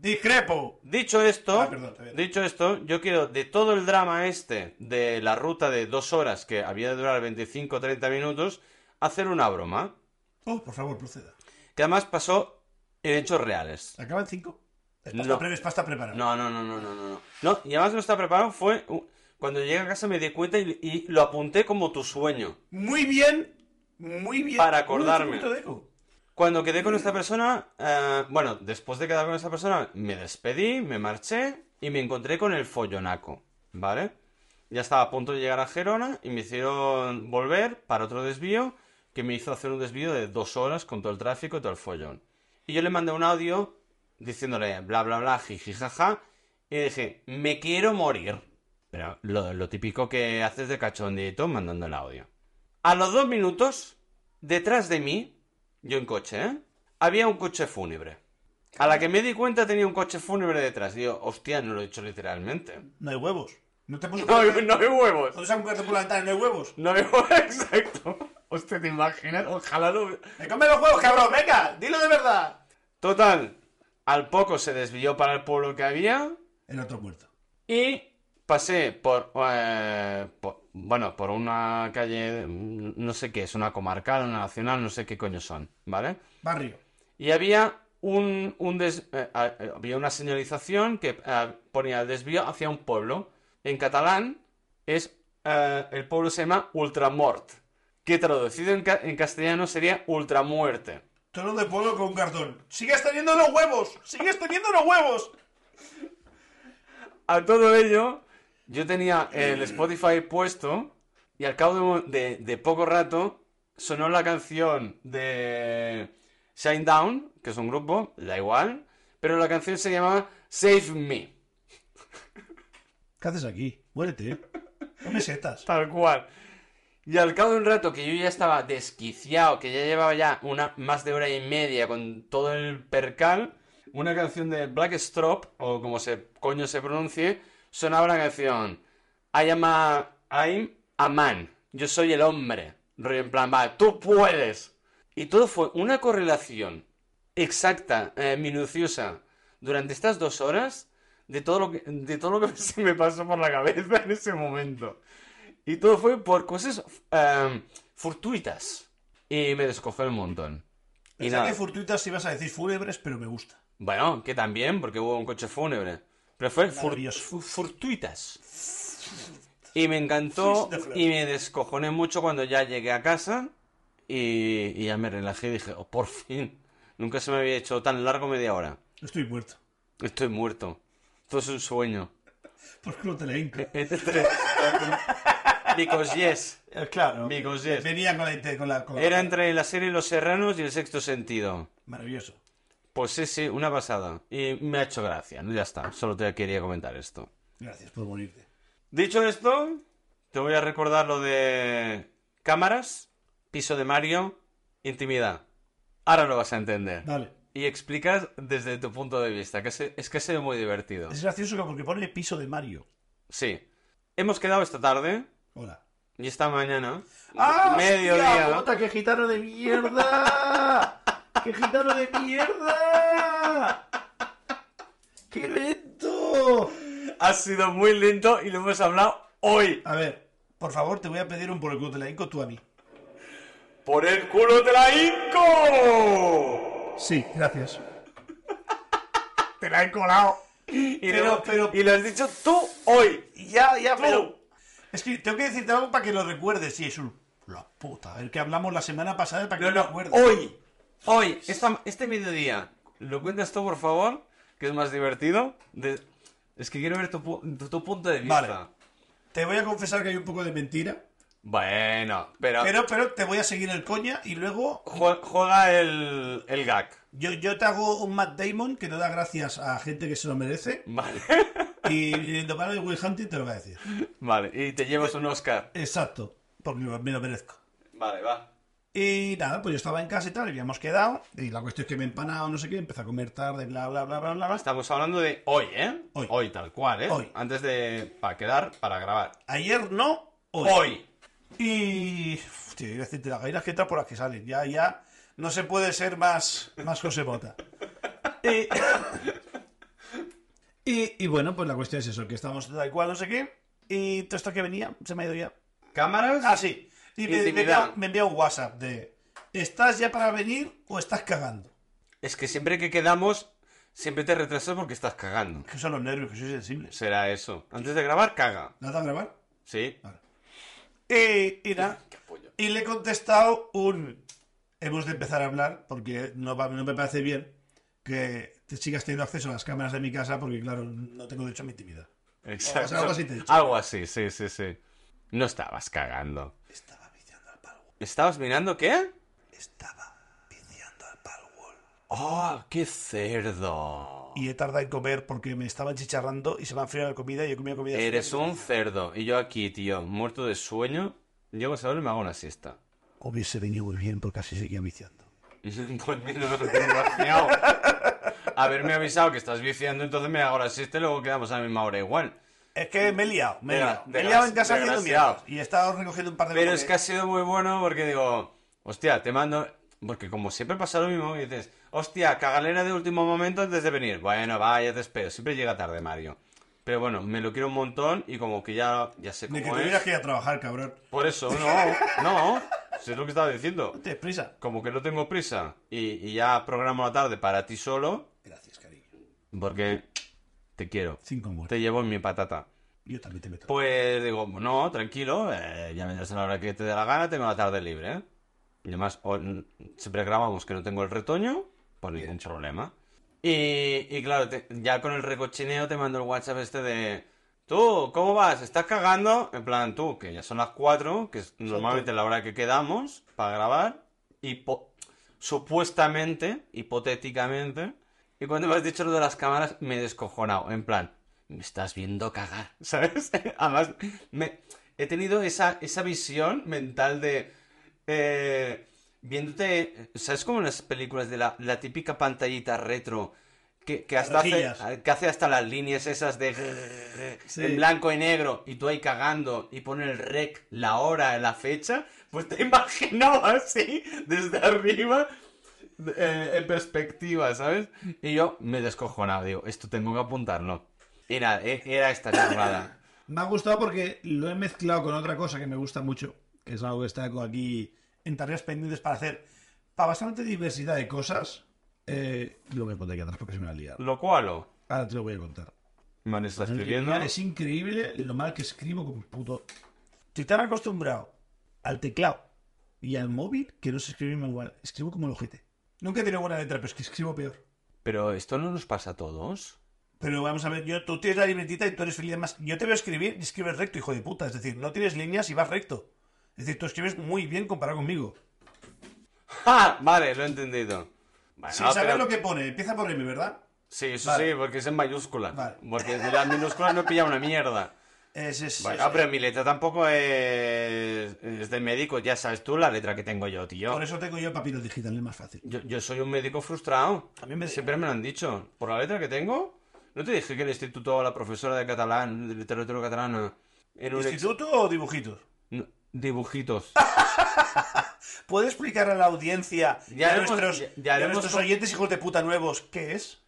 ¡Discrepo! Dicho esto, Ah, perdón, está bien. dicho esto, yo quiero de todo el drama este de la ruta de dos horas que había de durar 25 o 30 minutos, hacer una broma. Oh, por favor, proceda. Que además pasó en hechos reales. ¿Acaban cinco? Es pasta, No. pre- es pasta preparada. No, no, no, no, no, no. no. No, y además no está preparado fue uh, cuando llegué a casa me di cuenta y, y lo apunté como tu sueño. Muy bien, muy bien. Para acordarme. Un instrumento de eco. Cuando quedé con esta persona, eh, bueno, después de quedar con esta persona, me despedí, me marché y me encontré con el follonaco, ¿vale? Ya estaba a punto de llegar a Gerona y me hicieron volver para otro desvío que me hizo hacer un desvío de dos horas con todo el tráfico y todo el follón. Y yo le mandé un audio diciéndole bla bla bla, jiji jaja, y le dije, me quiero morir. Pero lo, lo típico que haces de cachondito mandando el audio. A los dos minutos, detrás de mí, yo en coche, ¿eh? Había un coche fúnebre. A la que me di cuenta tenía un coche fúnebre detrás. Digo, hostia, no lo he hecho literalmente. No hay huevos. No te puse. No, hay- no hay huevos. ¿Dónde se han puesto por la ventana? No hay huevos. No hay huevos, exacto. Hostia, te imaginas, ojalá lo... ¡Me come los huevos, cabrón! ¡Venga! ¡Dilo de verdad! Total, al poco se desvió para el pueblo que había El otro muerto. y pasé por, eh, por- bueno, por una calle, mm, no sé qué es, una comarcal, una nacional, no sé qué coño son, ¿vale? Barrio. Y había un, un des- eh, ah, eh, había una señalización que ah, ponía el desvío hacia un pueblo. En catalán es eh, el pueblo se llama Ultramort, que traducido en, ca- en castellano sería Ultramuerte. Tono de polvo con cartón. ¡Sigues teniendo los huevos! ¡Sigues teniendo los huevos! A todo ello, yo tenía el Spotify puesto y al cabo de mo- de, de poco rato sonó la canción de Shine Down, que es un grupo, da igual, pero la canción se llamaba Save Me, ¿Qué haces aquí? Muérete. Dame setas. tal cual. Y al cabo de un rato que yo ya estaba desquiciado, que ya llevaba ya una más de hora y media con todo el percal, una canción de Black Strop, o como se coño se pronuncie, sonaba la canción I am a, I'm a man. Yo soy el hombre. Rollo En plan, va, tú puedes. Y todo fue una correlación exacta, eh, minuciosa, durante estas dos horas de todo lo que, de todo lo que se me pasó por la cabeza en ese momento. Y todo fue por cosas eh, fortuitas. Y me descojó el montón. Y Pensaba nada. que furtuitas ibas a decir fúnebres, pero me gusta. Bueno, que también, porque hubo un coche fúnebre. Pero fue fur- Maravilloso. fu- fortuitas. Y me encantó Fuiste flor. y me descojoné mucho cuando ya llegué a casa y, y ya me relajé y dije, oh, por fin, nunca se me había hecho tan largo media hora. Estoy muerto. Estoy muerto. Todo es un sueño. ¿Por qué no te la hinco? Because yes. Claro. Because yes. Venía con la... inte- Con la con la- Era entre la serie Los Serranos y El Sexto Sentido. Maravilloso. Pues sí, sí, una pasada. Y me ha hecho gracia. Ya está, solo te quería comentar esto. Gracias por morirte. Dicho esto, te voy a recordar lo de cámaras, piso de Mario, intimidad. Ahora lo vas a entender. Vale. Y explicas desde tu punto de vista, que se- es que se ve muy divertido. Es gracioso que porque pone piso de Mario. Sí. Hemos quedado esta tarde Hola. y esta mañana. ¡Ah! mediodía. hostia puta, ¡Qué gitano de mierda! ¡Qué gitano de mierda! ¡Qué lento! Ha sido muy lento y lo hemos hablado hoy. A ver, por favor, te voy a pedir un por el culo de la Inco tú a mí. ¡Por el culo de la Inco! Sí, gracias. te la he colado. Y, Pero- lo, pero- y lo has dicho tú hoy. Ya, ya, Tú. pero. Es que tengo que decirte algo para que lo recuerdes. Sí, es un. La puta. El que hablamos la semana pasada para que No, lo no, recuerdes. hoy. Hoy, esta- este mediodía. ¿Lo cuentas tú, por favor? Que es más divertido. De- Es que quiero ver tu, pu- tu- tu punto de vista. Vale. Te voy a confesar que hay un poco de mentira. Bueno, pero, Pero, pero te voy a seguir el coña y luego jue- juega el, el gag. Yo, yo te hago un Matt Damon que no da gracias a gente que se lo merece Vale. y el de Will Hunting te lo va a decir. vale, y te llevas un Oscar. Exacto, porque me lo merezco. Vale, va. Y nada, pues yo estaba en casa y tal, y habíamos quedado. Y la cuestión es que me he empanado, no sé qué, empecé a comer tarde, bla, bla, bla, bla, bla. bla. Estamos hablando de hoy, ¿eh? Hoy. tal cual, ¿eh? Hoy. Antes de... para quedar, para grabar. Ayer no, hoy. Hoy. Y. Hostia, iba a decirte las gallinas que entran por las que salen. Ya, ya. No se puede ser más, más José Bota. Y, y, y bueno, pues la cuestión es eso: que estamos tal cual, no sé qué. Y todo esto que venía se me ha ido ya. Cámaras. Ah, sí. Y me, me Intimidad. envía, me envía un WhatsApp de ¿Estás ya para venir o estás cagando? Es que siempre que quedamos, siempre te retrasas porque estás cagando. Que son los nervios, que soy sensible. Será eso. Antes de grabar, caga. ¿Nada a grabar? Sí. Y, y nada. Y le he contestado un hemos de empezar a hablar porque no, va- no me parece bien que te sigas teniendo acceso a las cámaras de mi casa porque claro, no tengo derecho a mi intimidad. Exacto. O sea, algo así te he dicho. Algo así, sí, sí, sí. No estabas cagando. Estaba viciando al Palworld. ¿Estabas mirando qué? Estaba viciando al Palworld. ¡Oh, qué cerdo! Y he tardado en comer porque me estaban chicharrando y se me ha enfriado la comida y he comido comida. Eres un cerdo. Y yo aquí, tío, muerto de sueño, llego a saber y me hago una siesta. Hubiese venido muy bien porque así seguía viciando. Pues mira, desgraciado. Haberme avisado que estás viciando, entonces me hago la siesta y luego quedamos a la misma hora igual. Es que me he liado, me he Desgra- liado. Me he liado en casa haciendo desgraciado. mierda. Y he estado recogiendo un par de Pero papeles. es que ha sido muy bueno porque digo, hostia, te mando. Porque como siempre pasa lo mismo, y dices, hostia, cagalera de último momento antes de venir. Bueno, vaya, te espero. Siempre llega tarde, Mario. Pero bueno, me lo quiero un montón y como que ya, ya sé Ni que cómo tuvieras es. que ir a trabajar, cabrón. Por eso, no, no. Si es lo que estaba diciendo. No te des prisa. Como que no tengo prisa. Y, y ya programo la tarde para ti solo. Gracias, cariño. Porque te quiero. Cinco muertos. Te llevo en mi patata. Yo también te meto. Pues digo, no, tranquilo, eh, ya me das a la hora que te dé la gana, tengo la tarde libre. ¿eh? Y además, o- siempre grabamos que no tengo el retoño, pues ningún problema. Y, y claro, te- ya con el recochineo te mando el WhatsApp este de... Tú, ¿cómo vas? ¿Estás cagando? En plan, tú, que ya son las 4, que es normalmente la hora que quedamos para grabar. Y po- supuestamente, hipotéticamente... Y cuando me has dicho lo de las cámaras, me he descojonado. En plan, me estás viendo cagar, ¿sabes? Además, me, he tenido esa, esa visión mental de... eh, viéndote... ¿Sabes como en las películas de la, la típica pantallita retro? Que, que hasta hace, Rejillas. que hace hasta las líneas esas de... Sí. En blanco y negro, y tú ahí cagando, y pone el rec, la hora, la fecha. Pues te imagino así, desde arriba eh, en perspectiva, ¿sabes? Y yo me descojonaba, digo, esto tengo que apuntarlo. Y nada, e- era esta charlada. Me ha gustado porque lo he mezclado con otra cosa que me gusta mucho, que es algo que está co- aquí en tareas pendientes para hacer. Para bastante diversidad de cosas, eh, lo voy a poner aquí atrás porque se me va a liar. Lo cual, ¿o? Ahora te lo voy a contar. me han estado escribiendo. Es increíble lo mal que escribo como un puto. Estoy tan acostumbrado al teclado y al móvil que no sé escribirme igual. Escribo como el ojete. Nunca he tenido buena letra, pero es que escribo peor. Pero esto no nos pasa a todos. Pero vamos a ver, yo, tú tienes la libretita y tú eres feliz. Además, yo te veo escribir y escribes recto, hijo de puta. Es decir, no tienes líneas y vas recto. Es decir, tú escribes muy bien comparado conmigo. ¡Ja! Ah, Vale, lo he entendido. Bueno, Sin saber Ah, pero- lo que pone, empieza por M, ¿verdad? Sí, eso Vale. sí, porque es en mayúscula. Vale. Porque de las minúsculas no he pillado una mierda. Es, es, Bueno, es- ah, pero mi letra tampoco es, es de médico, ya sabes tú la letra que tengo yo, tío. Por eso tengo yo papiro digital, es más fácil. Yo, yo soy un médico frustrado. A mí me- Siempre me lo han dicho. Por la letra que tengo. ¿No te dije que el instituto, la profesora de catalán, de literatura catalana, era un ex- ¿Instituto o dibujitos? No, dibujitos? ¿Puedo explicar a la audiencia y Ya a lo hemos- nuestros, ya- ya y a lo hemos nuestros con- oyentes hijos de puta nuevos qué es?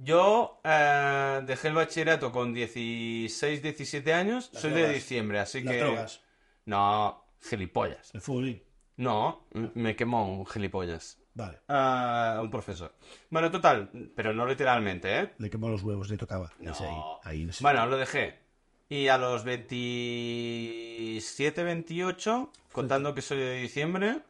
Yo eh, dejé el bachillerato con 16, 17 años. Las Soy de drogas. diciembre, así Las que... drogas. No, gilipollas. El fútbol. No, me quemó un gilipollas. Vale. Ah, un profesor. Bueno, total, pero no literalmente, ¿eh? Le quemó los huevos, le tocaba. No. Ese ahí, ahí, no sé. Bueno, lo dejé. Y a los 27, 28, contando que soy de diciembre,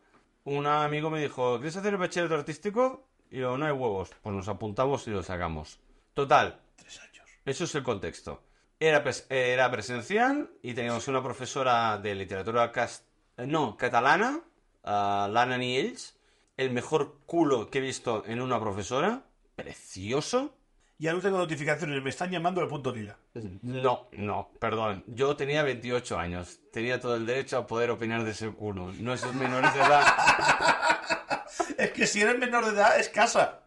un amigo me dijo, ¿quieres hacer el bachillerato artístico? Y yo, no hay huevos. Pues nos apuntamos y lo sacamos. Total, Tres años. eso es el contexto. Era, pres- era presencial y teníamos una profesora de literatura cas- no, catalana, ah, Lana Niels, el mejor culo que he visto en una profesora, precioso, Ya no tengo notificaciones, me están llamando de punto lila. no, no, perdón. Yo tenía 28 años. Tenía todo el derecho a poder opinar de ese culo. No esos menores de edad. Es que si eres menor de edad, es casa.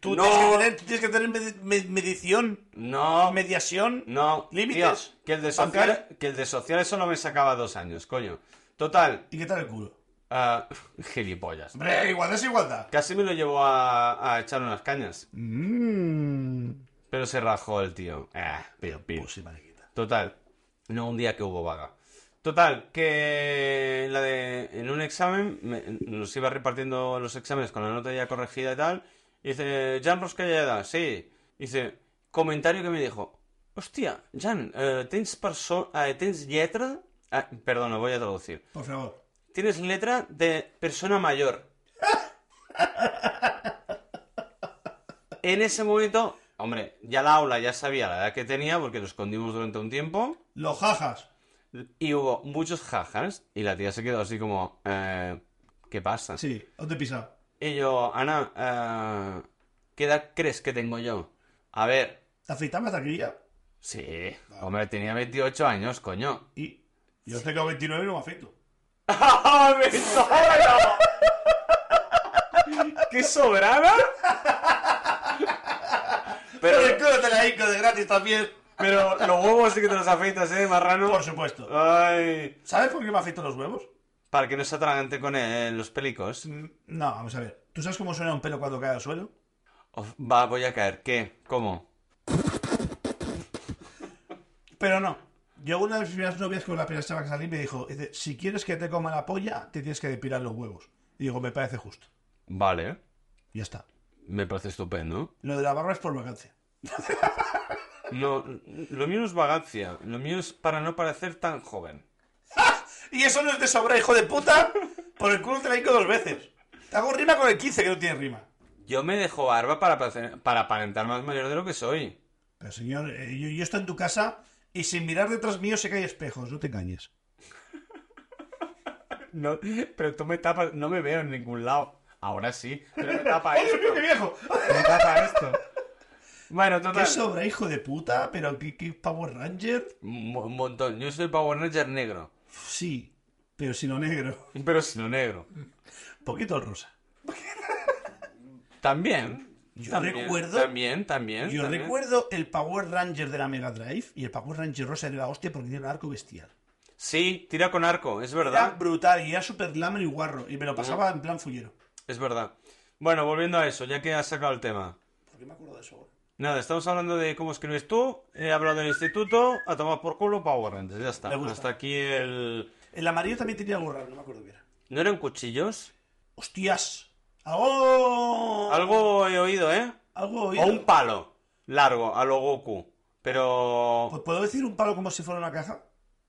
Tú, No. tienes, que tener, tú tienes que tener med- med- medición, No, mediación. no. Límites. Tío, que, el de social, que el de sociales solo me sacaba dos años, coño. Total. ¿Y qué tal el culo? ah, gilipollas. Hombre, igualdad es igualdad. Casi me lo llevó a, a echar unas cañas. Pero se rajó el tío. Ah, pío, pío. Pues sí, mariquita. Total. No, un día que hubo vaga. Total, que en la de, en un examen me- nos iba repartiendo los exámenes con la nota ya corregida y tal. Y dice, Jan Roscalleda, sí. Dice, comentario que me dijo, hostia, Jan, eh, tens, perso eh, tens lletra... Ah, perdón, lo voy a traducir. Por favor. Tienes letra de persona mayor. En ese momento, hombre, ya la aula ya sabía la edad que tenía porque lo escondimos durante un tiempo. Los jajas. Y hubo muchos jajas y la tía se quedó así como, eh, ¿qué pasa? Sí, ¿dónde he pisado? Y yo, Ana, eh, ¿qué edad crees que tengo yo? A ver, ¿Te afeitabas hasta aquí ya? sí, hombre, tenía 28 años, coño. Y yo tengo 29 y no me afeito. ¡Ah, me sobra! ¡Qué sobrada! Pero el Pero, culo te la hinco de gratis también. pero los huevos sí que te los afeitas, ¿eh, marrano? Por supuesto. Ay, ¿Sabes por qué me afeito los huevos? para que no se atragante con eh, los pelicos. Mm, No, vamos a ver. ¿Tú sabes cómo suena un pelo cuando cae al suelo? Of, va, voy a caer. ¿Qué? ¿Cómo? Pero no. Yo una de mis primeras novias con la primera estaba que salí me dijo, dice, si quieres que te coma la polla, te tienes que depilar los huevos. Y digo, me parece justo. Vale, Ya está. me parece estupendo. Lo de la barba es por vacancia. No, lo mío no es vagancia, lo mío es para no parecer tan joven. ¿Y eso no es de sobra, hijo de puta? Por el culo te la hinco dos veces. Te hago rima con el 15 que no tiene rima. Yo me dejo barba para, parecer- para aparentar más mayor de lo que soy. Pero señor, eh, yo, yo estoy en tu casa y sin mirar detrás mío sé que hay espejos, no te engañes. No, pero tú me tapas, no me veo en ningún lado. Ahora sí, pero me tapa ¡Ay, Dios mío, qué viejo! me tapa esto. Bueno, ¿Qué total. sobra, hijo de puta? ¿Pero qué, qué Power Ranger? Un mo- un montón. Yo soy Power Ranger negro, Sí, pero si no negro. pero sin lo negro. Poquito el rosa. También. Yo también, recuerdo- También, también. Yo también. recuerdo el Power Ranger de la Mega Drive y el Power Ranger rosa era la hostia porque tiene un arco bestial. Sí, tira con arco, es Era verdad. brutal y era super lamer y guarro y me lo pasaba en plan fullero. Es verdad. Bueno, volviendo a eso, ya que has sacado el tema. ¿Por qué me acuerdo de eso ahora? Nada, estamos hablando de cómo escribes tú, he hablado del instituto, a tomar por culo Power Rangers, ya está. Me gusta. Hasta aquí el... El amarillo también tenía algo raro, no me acuerdo qué era. ¿No eran cuchillos? ¡Hostias! ¡Algo! Algo he oído, ¿eh? Algo O oído. un palo largo, a lo Goku. Pero... Pues, ¿Puedo decir un palo como si fuera una caja?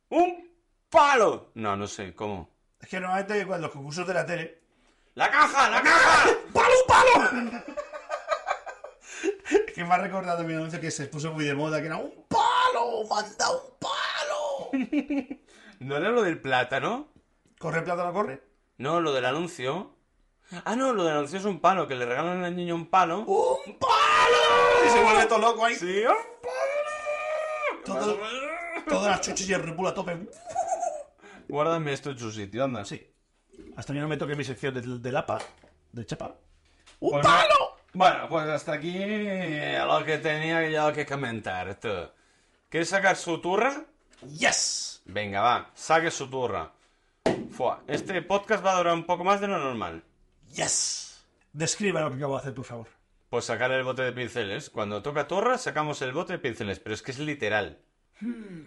¡Un palo! No, no sé, ¿cómo? Es que normalmente cuando los concursos de la tele. ¡La caja, la caja! ¡Palo, palo! Es que me ha recordado también un anuncio que se puso muy de moda, que era un palo, manda un palo. ¿No era lo del plátano? ¿Corre plata no corre? No, lo del anuncio. Ah, no, lo del anuncio es un palo, que le regalan al niño un palo. ¡Un palo! Y se vuelve todo loco ahí. Sí, Todo- todas las chuches y el repul a tope. Guárdame esto en su sitio, anda. Sí. Hasta que no me toque mi sección de, de lapa, de chapa. ¡Un Pues no. palo! Bueno, pues hasta aquí eh, lo que tenía yo que comentar. tú. ¿Quieres sacar su turra? ¡Yes! Venga, va, saque su turra. Fua, Este podcast va a durar un poco más de lo normal. ¡Yes! Describa lo que acabo de hacer, por favor. Pues sacar el bote de pinceles. Cuando toca turra, sacamos el bote de pinceles, pero es que es literal.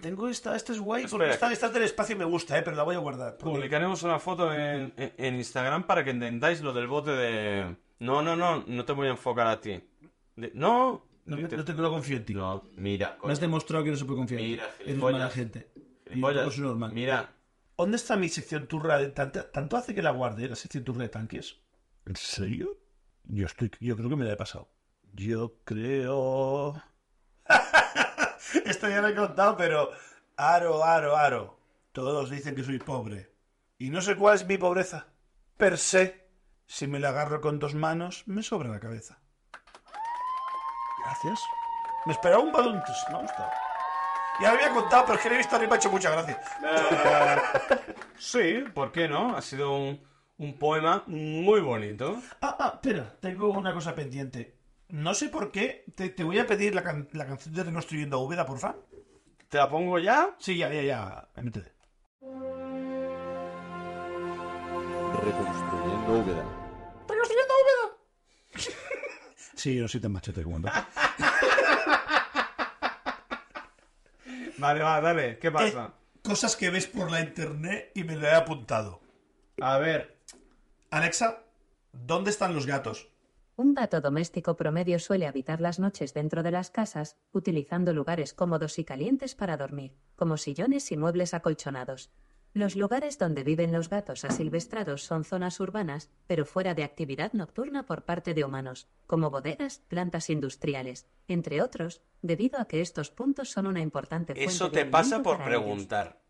Tengo esta, esta es guay, Espera. porque esta, esta del espacio me gusta, eh, pero la voy a guardar. porque- Publicaremos una foto en, en- en Instagram para que entendáis lo del bote de... No, no, no, no te voy a enfocar a ti. De- No. No, me- no te lo confío en ti. No, mira. Me has demostrado que no se puede confiar. en ti. Mira, Eres gilipollas. mala gente. Y Gilipollas. poco es normal. Mira. ¿Dónde está mi sección turra de tanto, tanto hace que la guarde, la sección turra de tanques? ¿En serio? Yo estoy, yo creo que me la he pasado. Yo creo. Esto ya lo he contado, pero. Aro, aro, aro. Todos dicen que soy pobre. Y no sé cuál es mi pobreza. Per se. Si me la agarro con dos manos, me sobra la cabeza. Gracias. Me esperaba un balón. pues, Me ha gustado. Ya lo había contado, pero es que le he visto a me ha hecho muchas gracias. Sí, ¿por qué no? Ha sido un, un poema muy bonito. Ah, ah, espera, tengo una cosa pendiente. No sé por qué, te, te voy a pedir la, can- la canción de Reconstruyendo Úbeda, porfa. ¿Te la pongo ya? Sí, ya, ya, ya. métete. Reconstruyendo Úbeda. Sí, yo no soy tan machete como tú. Vale, va, dale. ¿Qué Eh, cosas que ves por la internet y me lo he apuntado. A ver. Alexa, ¿dónde están los gatos? Un gato doméstico promedio suele habitar las noches dentro de las casas, utilizando lugares cómodos y calientes para dormir, como sillones y muebles acolchonados. Los lugares donde viven los gatos asilvestrados son zonas urbanas, pero fuera de actividad nocturna por parte de humanos, como bodegas, plantas industriales, entre otros, debido a que estos puntos son una importante fuente Eso de te pasa alimento por para ellos. preguntar.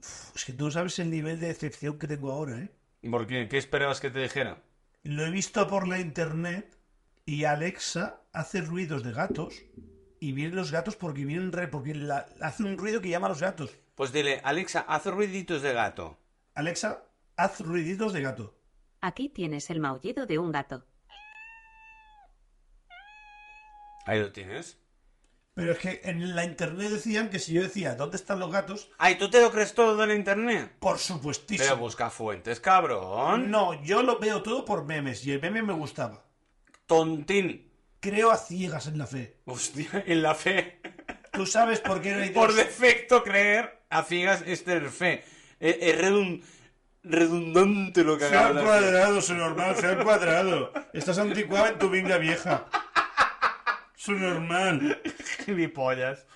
Uf, es que tú no sabes el nivel de decepción que tengo ahora, ¿eh? ¿Por qué? ¿Qué esperabas que te dijera? Lo he visto por la internet y Alexa hace ruidos de gatos y vienen los gatos porque vienen re, porque la- hace un ruido que llama a los gatos. Pues dile, Alexa, haz ruiditos de gato. Alexa, haz ruiditos de gato. Aquí tienes el maullido de un gato. Ahí lo tienes. Pero es que en la internet decían que si yo decía ¿dónde están los gatos? Ay, ¿tú te lo crees todo del internet? Por Pero supuestísimo. busca fuentes, cabrón. No, yo lo veo todo por memes y el meme me gustaba. Tontín. Creo a ciegas en la fe. Hostia, en la fe. Tú sabes por qué no hay Por Dios? defecto creer a ciegas es tener fe. Es, es redun- redundante lo que Se al acabas de hacer. cuadrado, su normal, se al cuadrado. Estás anticuado en tu vinga vieja. Su normal. Gilipollas.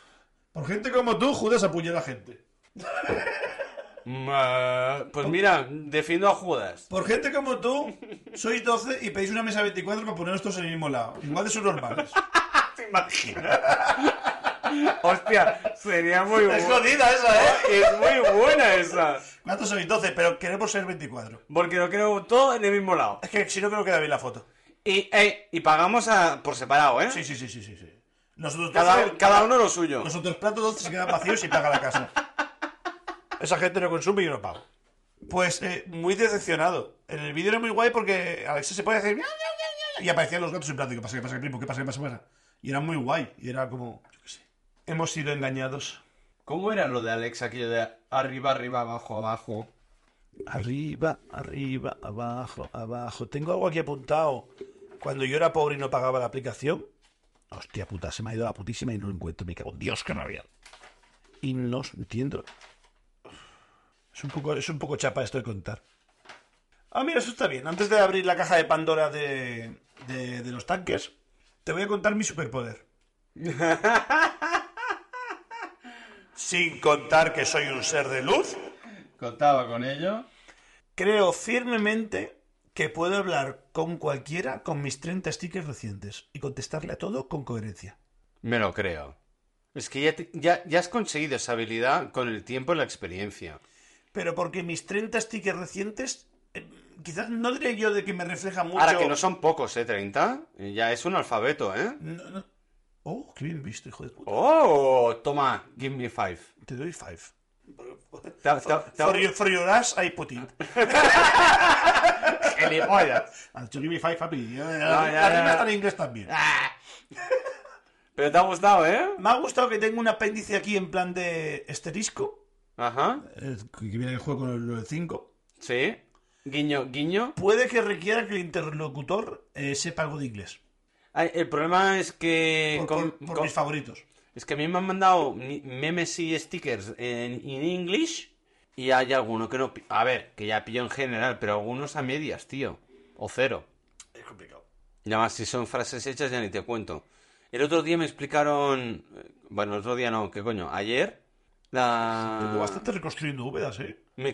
Por gente como tú, Judas apuñala a gente. Mm, Pues mira, defiendo a Judas. Por gente como tú, sois 12 y pedís una mesa 24 para poneros todos en el mismo lado. Igual de sus normales. ¿Te imaginas? Hostia, sería muy es buena. jodida esa, ¿eh? Es muy buena esa. ¿Cuántos sois? 12, pero queremos ser 24. Porque lo quiero todo en el mismo lado. Es que si no, creo que queda bien la foto. Y, eh, y pagamos a- por separado, ¿eh? Sí, sí, sí, sí, sí. sí. Nosotros Cada, doce- cada uno lo suyo. Nosotros platos 12 se quedan vacíos y paga la casa. Esa gente no consume y yo no pago. Pues eh, muy decepcionado. En el vídeo era muy guay porque Alexa se puede hacer... miau, miau, miau, miau, Y aparecían los gatos en plato. ¿Qué pasa? ¿Qué pasa? ¿Qué primo? ¿Qué pasa? ¿Qué pasa? ¿Qué pasa? Y era muy guay. Y era como... Yo qué sé. Hemos sido engañados. ¿Cómo era lo de Alex aquello de arriba, arriba, abajo, abajo? Arriba, arriba, abajo, abajo. Tengo algo aquí apuntado. Cuando yo era pobre y no pagaba la aplicación. Hostia puta, se me ha ido la putísima y no lo encuentro. Me cago en Dios, qué rabia. Y no os entiendo. Es un poco, es un poco chapa esto de contar. Ah, mira, eso está bien. Antes de abrir la caja de Pandora de, de, de los tanques, te voy a contar mi superpoder. Sin contar que soy un ser de luz. Contaba con ello. Creo firmemente que puedo hablar con cualquiera con mis 30 stickers recientes y contestarle a todo con coherencia. Me lo creo. Es que ya, te- ya, ya has conseguido esa habilidad con el tiempo y la experiencia. Pero porque mis 30 stickers recientes, eh, quizás no diré yo de que me refleja mucho. Ahora que no son pocos, ¿eh? 30. Ya es un alfabeto, ¿eh? No, no. Oh, qué bien visto, hijo de puta. ¡Oh! Toma, give me five. Te doy five. Te- te- te- For, your, for your ass, I put it. Gilipollas. Ah, yo give me five, papi. Eh, ya, La ya. rima está en inglés también. Ah. Pero te ha gustado, ¿eh? Me ha gustado que tengo un apéndice aquí en plan de este esterisco, Ajá. eh, que viene en el juego con el 5. Sí. Guiño, guiño. Puede que requiera que el interlocutor eh, sepa algo de inglés. Ay, el problema es que. Por, con- por- por con- mis favoritos. es que a mí me han mandado mi- memes y stickers en en English. Y hay alguno que no. pi- A ver, que ya pillo en general, pero algunos a medias, tío. O cero. Es complicado. Y además, si son frases hechas, ya ni te cuento. El otro día me explicaron. eh, Bueno, el otro día no, ¿qué coño? Ayer. Tengo La. bastante reconstruyendo Úbedas, ¿eh? Me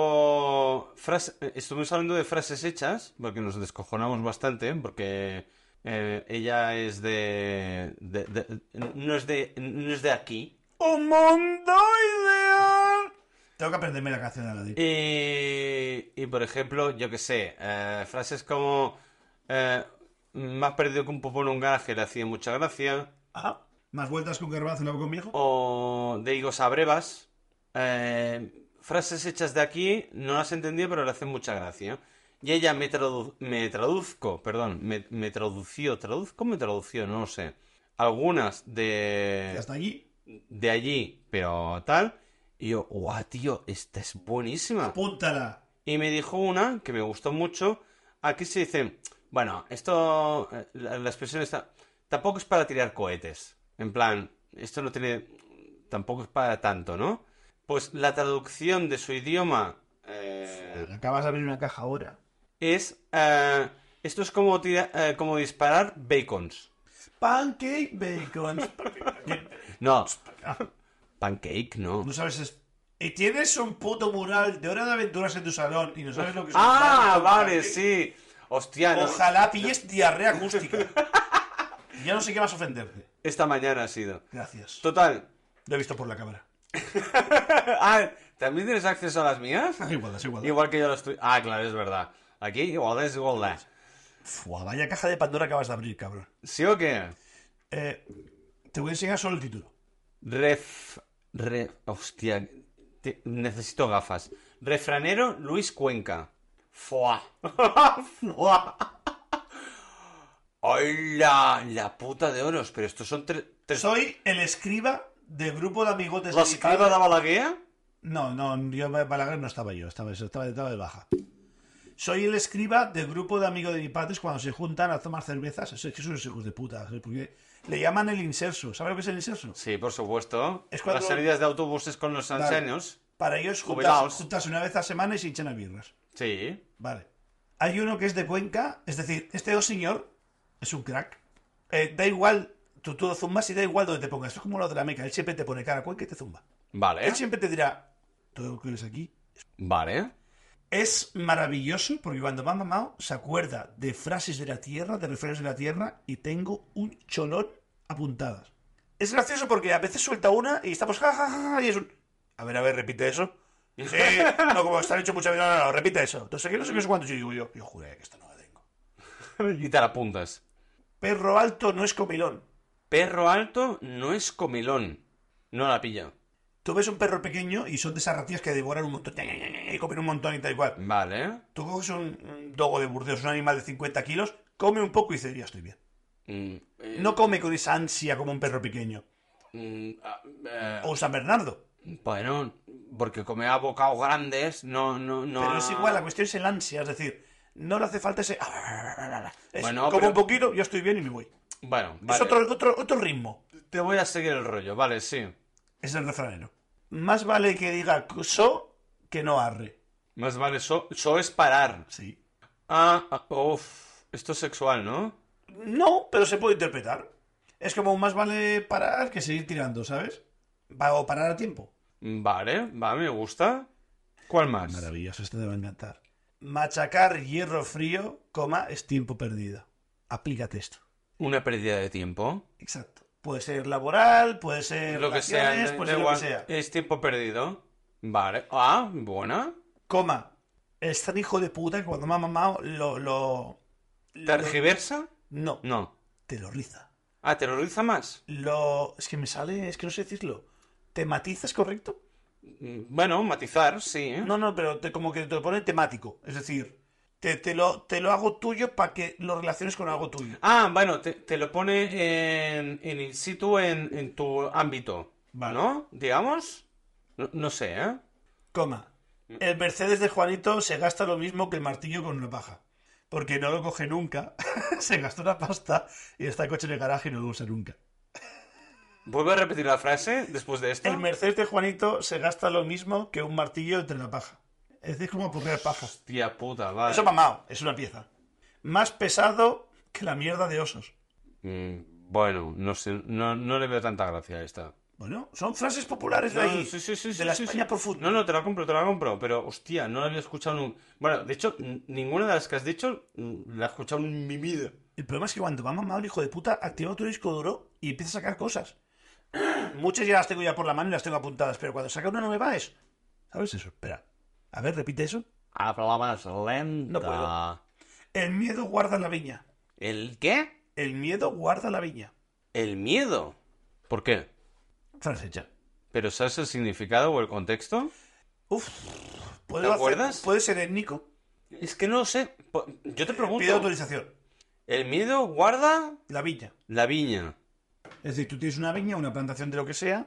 explicó. Frase... eh, Estuvimos hablando de frases hechas, porque nos descojonamos bastante, porque eh, ella es de... de- de- No es de. No es de aquí. ¡Un mundo ideal! Tengo que aprenderme la canción a la de... Y, y, por ejemplo, yo que sé, eh, frases como. eh, más perdido que un popón en un garaje le hacía mucha gracia. Ah, Oh. más vueltas con garbanzo no con viejo. O de higos a brevas. Eh, frases hechas de aquí, no las entendía, pero le hacen mucha gracia. Y ella me, tradu- me traduzco, perdón, me, me tradució, traduzco, me tradució, no lo sé. Algunas Y de, hasta allí. de allí, pero tal. Y yo, guau, tío, esta es buenísima. Apúntala. Y me dijo una que me gustó mucho. Aquí se dice, bueno, esto, eh, la, la expresión está, tampoco es para tirar cohetes. En plan, esto no tiene, tampoco es para tanto, ¿no? Pues la traducción de su idioma eh, Acabas de abrir una caja ahora. es, eh, esto es como, tira- eh, como disparar bacons. Pancake bacon. No, pancake, no. no sabes... Es... Y tienes un puto mural de hora de aventuras en tu salón y no sabes lo que es un Ah, pancake. vale, sí. Hostia, no. Ojalá pilles diarrea acústica. ya no sé qué más ofenderte. esta mañana ha sido. Gracias. Total. Lo he visto por la cámara. Ah, ¿también tienes acceso a las mías? Es igualdad, Ah, es igualdad. Igual que yo lo estoy. Ah, claro, es verdad. Aquí igualdad es igualdad. Fua, vaya caja de Pandora acabas de abrir, cabrón. ¿Sí o qué? Eh, te voy a enseñar solo el título. Ref. Ref. Hostia. te- Necesito gafas. Refranero Luis Cuenca. Fua. Fua. ¡Hola! La puta de oros. Pero estos son tres. tres... Soy el escriba del grupo de amigotes ¿La de mi padre. escriba de Balaguer? No, no, yo en Balaguer no estaba yo, estaba, estaba, estaba de baja. Soy el escriba del grupo de amigos de mis padres cuando se juntan a tomar cervezas. Eso es que son unos hijos de puta. ¿sabes? Porque le llaman el inserso. ¿Sabes lo que es el inserso? Sí, por supuesto. Es cuando- Las salidas de autobuses con los Vale. ancianos. Para ellos juntas, Jubilaos. juntas una vez a semana y se hinchan a birras. Sí. Vale. Hay uno que es de Cuenca, es decir, este dos señor es un crack. Eh, da igual, tú, tú lo zumbas y da igual donde te pongas. Esto es como lo de la meca, él siempre te pone cara a Cuenca y te zumba. Vale. Él siempre te dirá, todo lo que ves aquí Vale. es maravilloso porque cuando va mamado se acuerda de frases de la tierra, de referencias de la tierra y tengo un cholón apuntadas. Es gracioso porque a veces suelta una y estamos ja, ja, ja, ja, y es un... A ver, a ver, repite eso. Y sí, no, como están hecho muchas veces, no, no, no, repite eso. Entonces, que no sé qué es cuánto yo digo yo. Yo juré que esto no lo tengo. Y te la apuntas. Perro alto no es comilón. Perro alto no es comelón. No la pilla. Tú ves un perro pequeño y son de esas ratillas que devoran un montón y comen un montón y tal y cual. Vale. Tú coges un, un dogo de Burdeos, un animal de 50 kilos, come un poco y dice, ya estoy bien. Mm, eh, No come con esa ansia como un perro pequeño. mm, ah, eh, O un San Bernardo. bueno, porque come a bocados grandes, no, no, no. Pero ha- es igual, la cuestión es el ansia, es decir, no le hace falta ese... ah, Es Bueno, como pero- un poquito, yo estoy bien y me voy. Bueno, vale. Es otro, otro, otro ritmo. Te voy a seguir el rollo, vale, sí. Es el refranero. Más vale que diga so que no arre. Más vale, eso es parar. Sí. Ah, ah, uf. Esto es sexual, ¿no? No, pero se puede interpretar. Es como más vale parar que seguir tirando, ¿sabes? Va o parar a tiempo. Vale, va, me gusta. ¿Cuál más? Maravilloso, esto te va a encantar. Machacar hierro frío, coma, es tiempo perdido. Aplícate esto. Una pérdida de tiempo. Exacto. Puede ser laboral, puede ser Lo que sea, relaciones, da- puede da ser lo igual, que sea. Es tiempo perdido. Vale. Ah, buena. Coma. Es tan hijo de puta que cuando me ha mamado lo... lo, lo- ¿Tergiversa? no, No. te lo riza. Ah, ¿terroriza más? Lo... Es que me sale... Es que no sé decirlo. ¿Te matizas correcto? Mm, Bueno, matizar, sí. ¿eh? No, no, pero te- como que te lo pone temático. Es decir, te, te lo, te lo hago tuyo para que lo relaciones con algo tuyo. Ah, bueno, te, te lo pone en, en in situ en, en tu ámbito. Vale. ¿No? Digamos. No, no sé, ¿eh? Coma. El Mercedes de Juanito se gasta lo mismo que el martillo con una paja. Porque no lo coge nunca. se gastó una pasta y está el coche en el garaje y no lo usa nunca. Vuelvo a repetir la frase después de esto. El Mercedes de Juanito se gasta lo mismo que un martillo entre la paja. Es decir, como aporrear paja. Tía puta, vale. Eso mamao, es una pieza. Más pesado que la mierda de osos. Mm, bueno, no sé, no, no le veo tanta gracia a esta. Bueno, son frases populares de No, ahí. sí, sí, sí, de sí, la sí, España sí. profunda. No, no, te la compro, te la compro. Pero, hostia, no la había escuchado nunca. Bueno, de hecho, n- ninguna de las que has dicho mm, la he escuchado en mi vida. El problema es que cuando va mamado el hijo de puta, activa tu disco duro y empieza a sacar cosas. Muchas ya las tengo ya por la mano y las tengo apuntadas, pero cuando saca una nueva es... ¿Sabes eso? Espera. A ver, repite eso. Habla más lenta. No puedo. El miedo guarda la viña. ¿El qué? El miedo guarda la viña. El miedo. ¿Por qué? Frase hecha. ¿Pero sabes el significado o el contexto? Uf. ¿Puedo ¿Te hacer- acuerdas? Puede ser étnico. Es que no lo sé. Po- Yo te Pide pregunto. autorización. ¿El miedo guarda La viña. la viña? Es decir, tú tienes una viña, una plantación de lo que sea,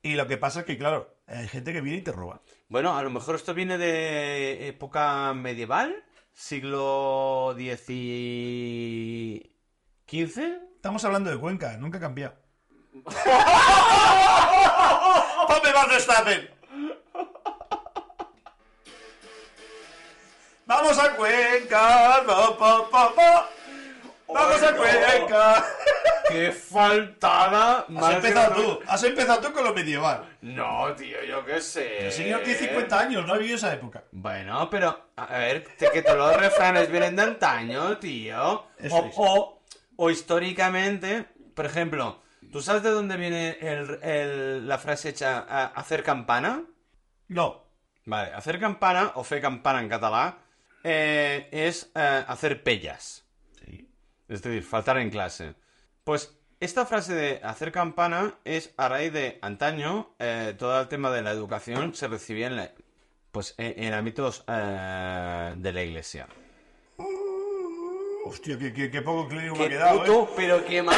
y lo que pasa es que, claro, hay gente que viene y te roba. Bueno, a lo mejor esto viene de época medieval, siglo XV. Estamos hablando de Cuenca, nunca ha cambiado. ¡Ponme más Verstappen! ¡Vamos a Cuenca! pa, pa, pa, pa! ¡Vamos Ay, a no. Cuenca! ¡Qué faltada! Has Madre empezado mía. tú, has empezado tú con lo medieval. No, tío, yo qué sé. El señor Eh. tiene 50 años, no ha vivido esa época. Bueno, pero, a ver, te- que todos los refranes vienen de antaño, tío. Eso O, es. o, o históricamente, por ejemplo, ¿tú sabes de dónde viene el- el- la frase hecha a- hacer campana? No. Vale, hacer campana, o fe campana en catalá, eh, es eh, hacer pellas. Sí. Es decir, faltar en clase. Pues esta frase de hacer campana es a raíz de antaño, eh, todo el tema de la educación se recibía en, la- pues, en, en ámbitos eh, de la iglesia. Hostia, qué, qué- qué poco clínico me ha ¡Qué quedado, ¿eh? puto, pero qué mal!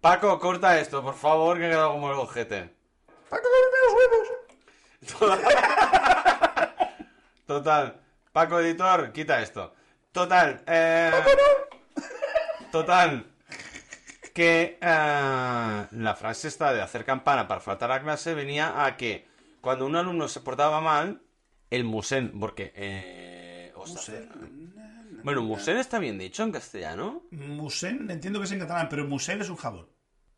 Paco, corta esto, por favor, que he quedado como el ojete. Total. Paco, editor, quita esto. Total. eh, Total. Que eh, la frase esta de hacer campana para faltar a clase venía a que cuando un alumno se portaba mal, el musén, porque... eh, os hace- Bueno, Musen está bien dicho en castellano. Musen, entiendo que es en catalán, pero Musen es un jabón.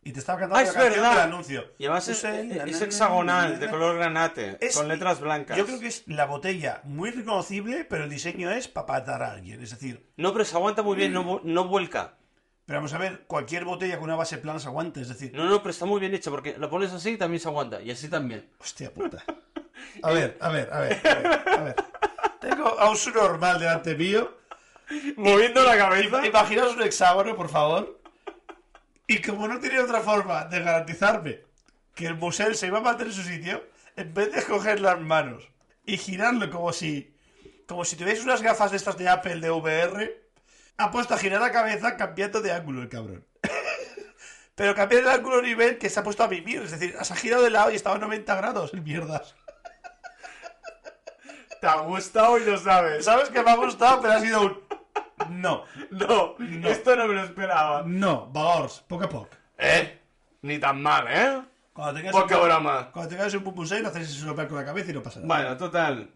Y te estaba cantando ¡Ah, la es canción del verdad! anuncio. Y además es, Musen, na, na, es na, na, hexagonal, na, de na. color granate, Es- con letras blancas. Yo creo que es la botella muy reconocible, pero el diseño es para patar a alguien. Es decir, No, pero se aguanta muy bien, no, vu- no vuelca. pero vamos a ver, cualquier botella con una base plana se aguanta. Es decir, No, no, pero está muy bien hecho porque lo pones así y también se aguanta. Y así también. Hostia puta. A ver, a ver, a ver, a ver. a ver. Tengo a un normal delante mío. Moviendo la cabeza. Ima- Imaginaos un hexágono, por favor. Y como no tenía otra forma de garantizarme que el museo se iba a mantener en su sitio, en vez de coger las manos y girarlo como si como si tuvierais unas gafas de estas de Apple de VR, ha puesto a girar la cabeza cambiando de ángulo el cabrón. Pero cambiar el ángulo a un nivel que se ha puesto a vivir, es decir, se ha girado de lado y estaba a 90 grados, el mierdas. Te ha gustado y lo sabes. Sabes que me ha gustado, pero ha sido un... No, No, No. esto no me lo esperaba. no, Vagors, poco a poco. ¿Eh? Ni tan mal, ¿eh? Cuando tengas Poca un- broma. Cuando tengas un pupusé, lo haces soplar con la cabeza y no pasa nada. Bueno, total.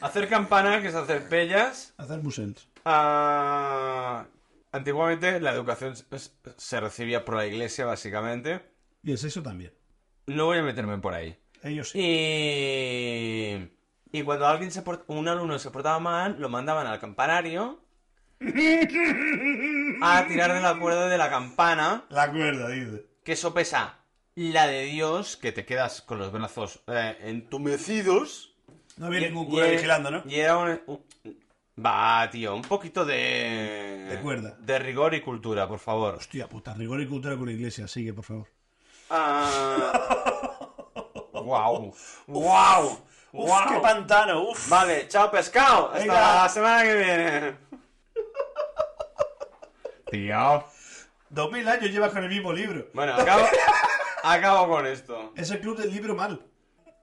Hacer campana, que es hacer pellas. Hacer musels. Ah, Antiguamente la educación se- se recibía por la iglesia, básicamente. Y el sexo también. No voy a meterme por ahí. Ellos sí. Y... y cuando alguien se port- un alumno se portaba mal, lo mandaban al campanario a tirar de la cuerda de la campana, La cuerda, dice. que eso pesa la de Dios, que te quedas con los brazos eh, entumecidos. No había Y- ningún y cura era- vigilando, ¿no? Y era un... un- Va, tío, un poquito de... De cuerda. De rigor y cultura, por favor. Hostia puta, rigor y cultura con la iglesia, sigue, por favor. Ah. wow. Wow. Uf, qué pantano, uf. Vale, chao pescado. Hasta Venga. la semana que viene. Tío. Dos mil años llevas con el mismo libro. Bueno, acabo, acabo con esto. Es el club del libro mal.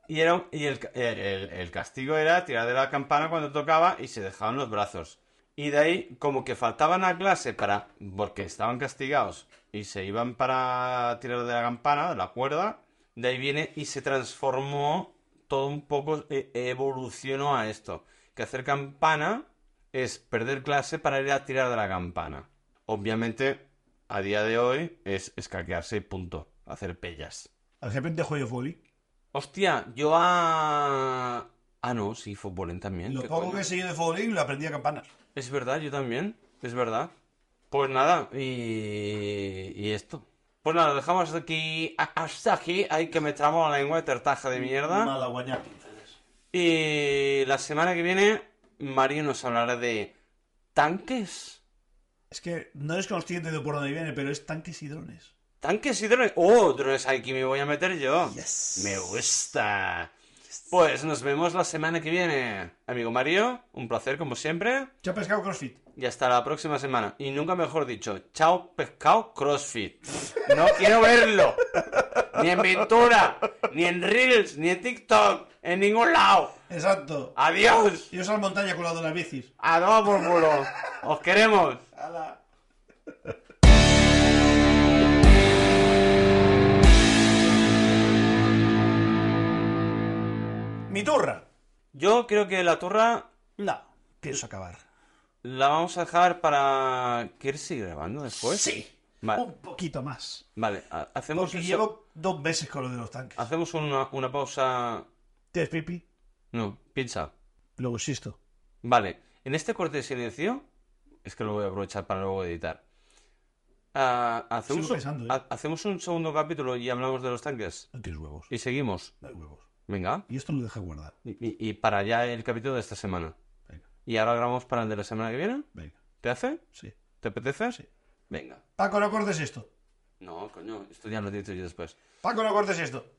Y, era un- y el, ca- el- el- el castigo era tirar de la campana cuando tocaba y se dejaban los brazos. Y de ahí, como que faltaban a clase para. porque estaban castigados y se iban para tirar de la campana, de la cuerda. De ahí viene y se transformó todo un poco, e- evolucionó a esto. Que hacer campana es perder clase para ir a tirar de la campana. Obviamente, a día de hoy es escaquearse y punto. Hacer pellas. Al repente juego fútbol. Hostia, yo a. Ah, no, sí, futbolín también. Lo ¿qué poco coño? que he seguido de fútbol lo aprendí a campanas. Es verdad, yo también. Es verdad. Pues nada, y. Y esto. Pues nada, dejamos aquí. a- Hasta aquí. Hay que me tramo la lengua de tertaja de mierda. Nada, guañapi. Y la semana que viene, Mario nos hablará de. ¿Tanques? Es que no eres consciente de por dónde viene, pero es tanques y drones. ¿Tanques y drones? ¡Oh, drones! Aquí me voy a meter yo. Me gusta. Pues nos vemos la semana que viene. Amigo Mario, un placer como siempre. Yo he pescado crossfit. Y hasta la próxima semana. Y nunca mejor dicho, chao pescado CrossFit. No quiero verlo. Ni en pintura, ni en Reels, ni en TikTok, en ningún lado. Exacto. Adiós. Yo salgo a montaña con las de las bicis. A dos por culo. Os queremos. Hala. Mi turra. Yo creo que la turra No, pienso acabar. la vamos a dejar para... ¿Quieres seguir grabando después? Sí. Vale, Un poquito más. vale. ha- Hacemos, Porque eso- llevo dos meses con lo de los tanques. hacemos una, una pausa... ¿Tienes pipi? No, piensa. Luego existo. Vale, en este corte de silencio, es que lo voy a aprovechar para luego editar. Ah, hacemos, Sigo un- pensando, ¿eh? ha- hacemos un segundo capítulo y hablamos de los tanques. No tienes huevos. Y seguimos. No hay huevos. Venga. Y esto lo deja guardar. Y, y- y para ya el capítulo de esta semana. Venga, Y ahora grabamos para el de la semana que viene. venga. ¿Te hace? Sí. ¿Te apetece? Sí. Venga. Paco, no cortes esto. No, coño, esto ya lo edito yo después. Paco, no cortes esto.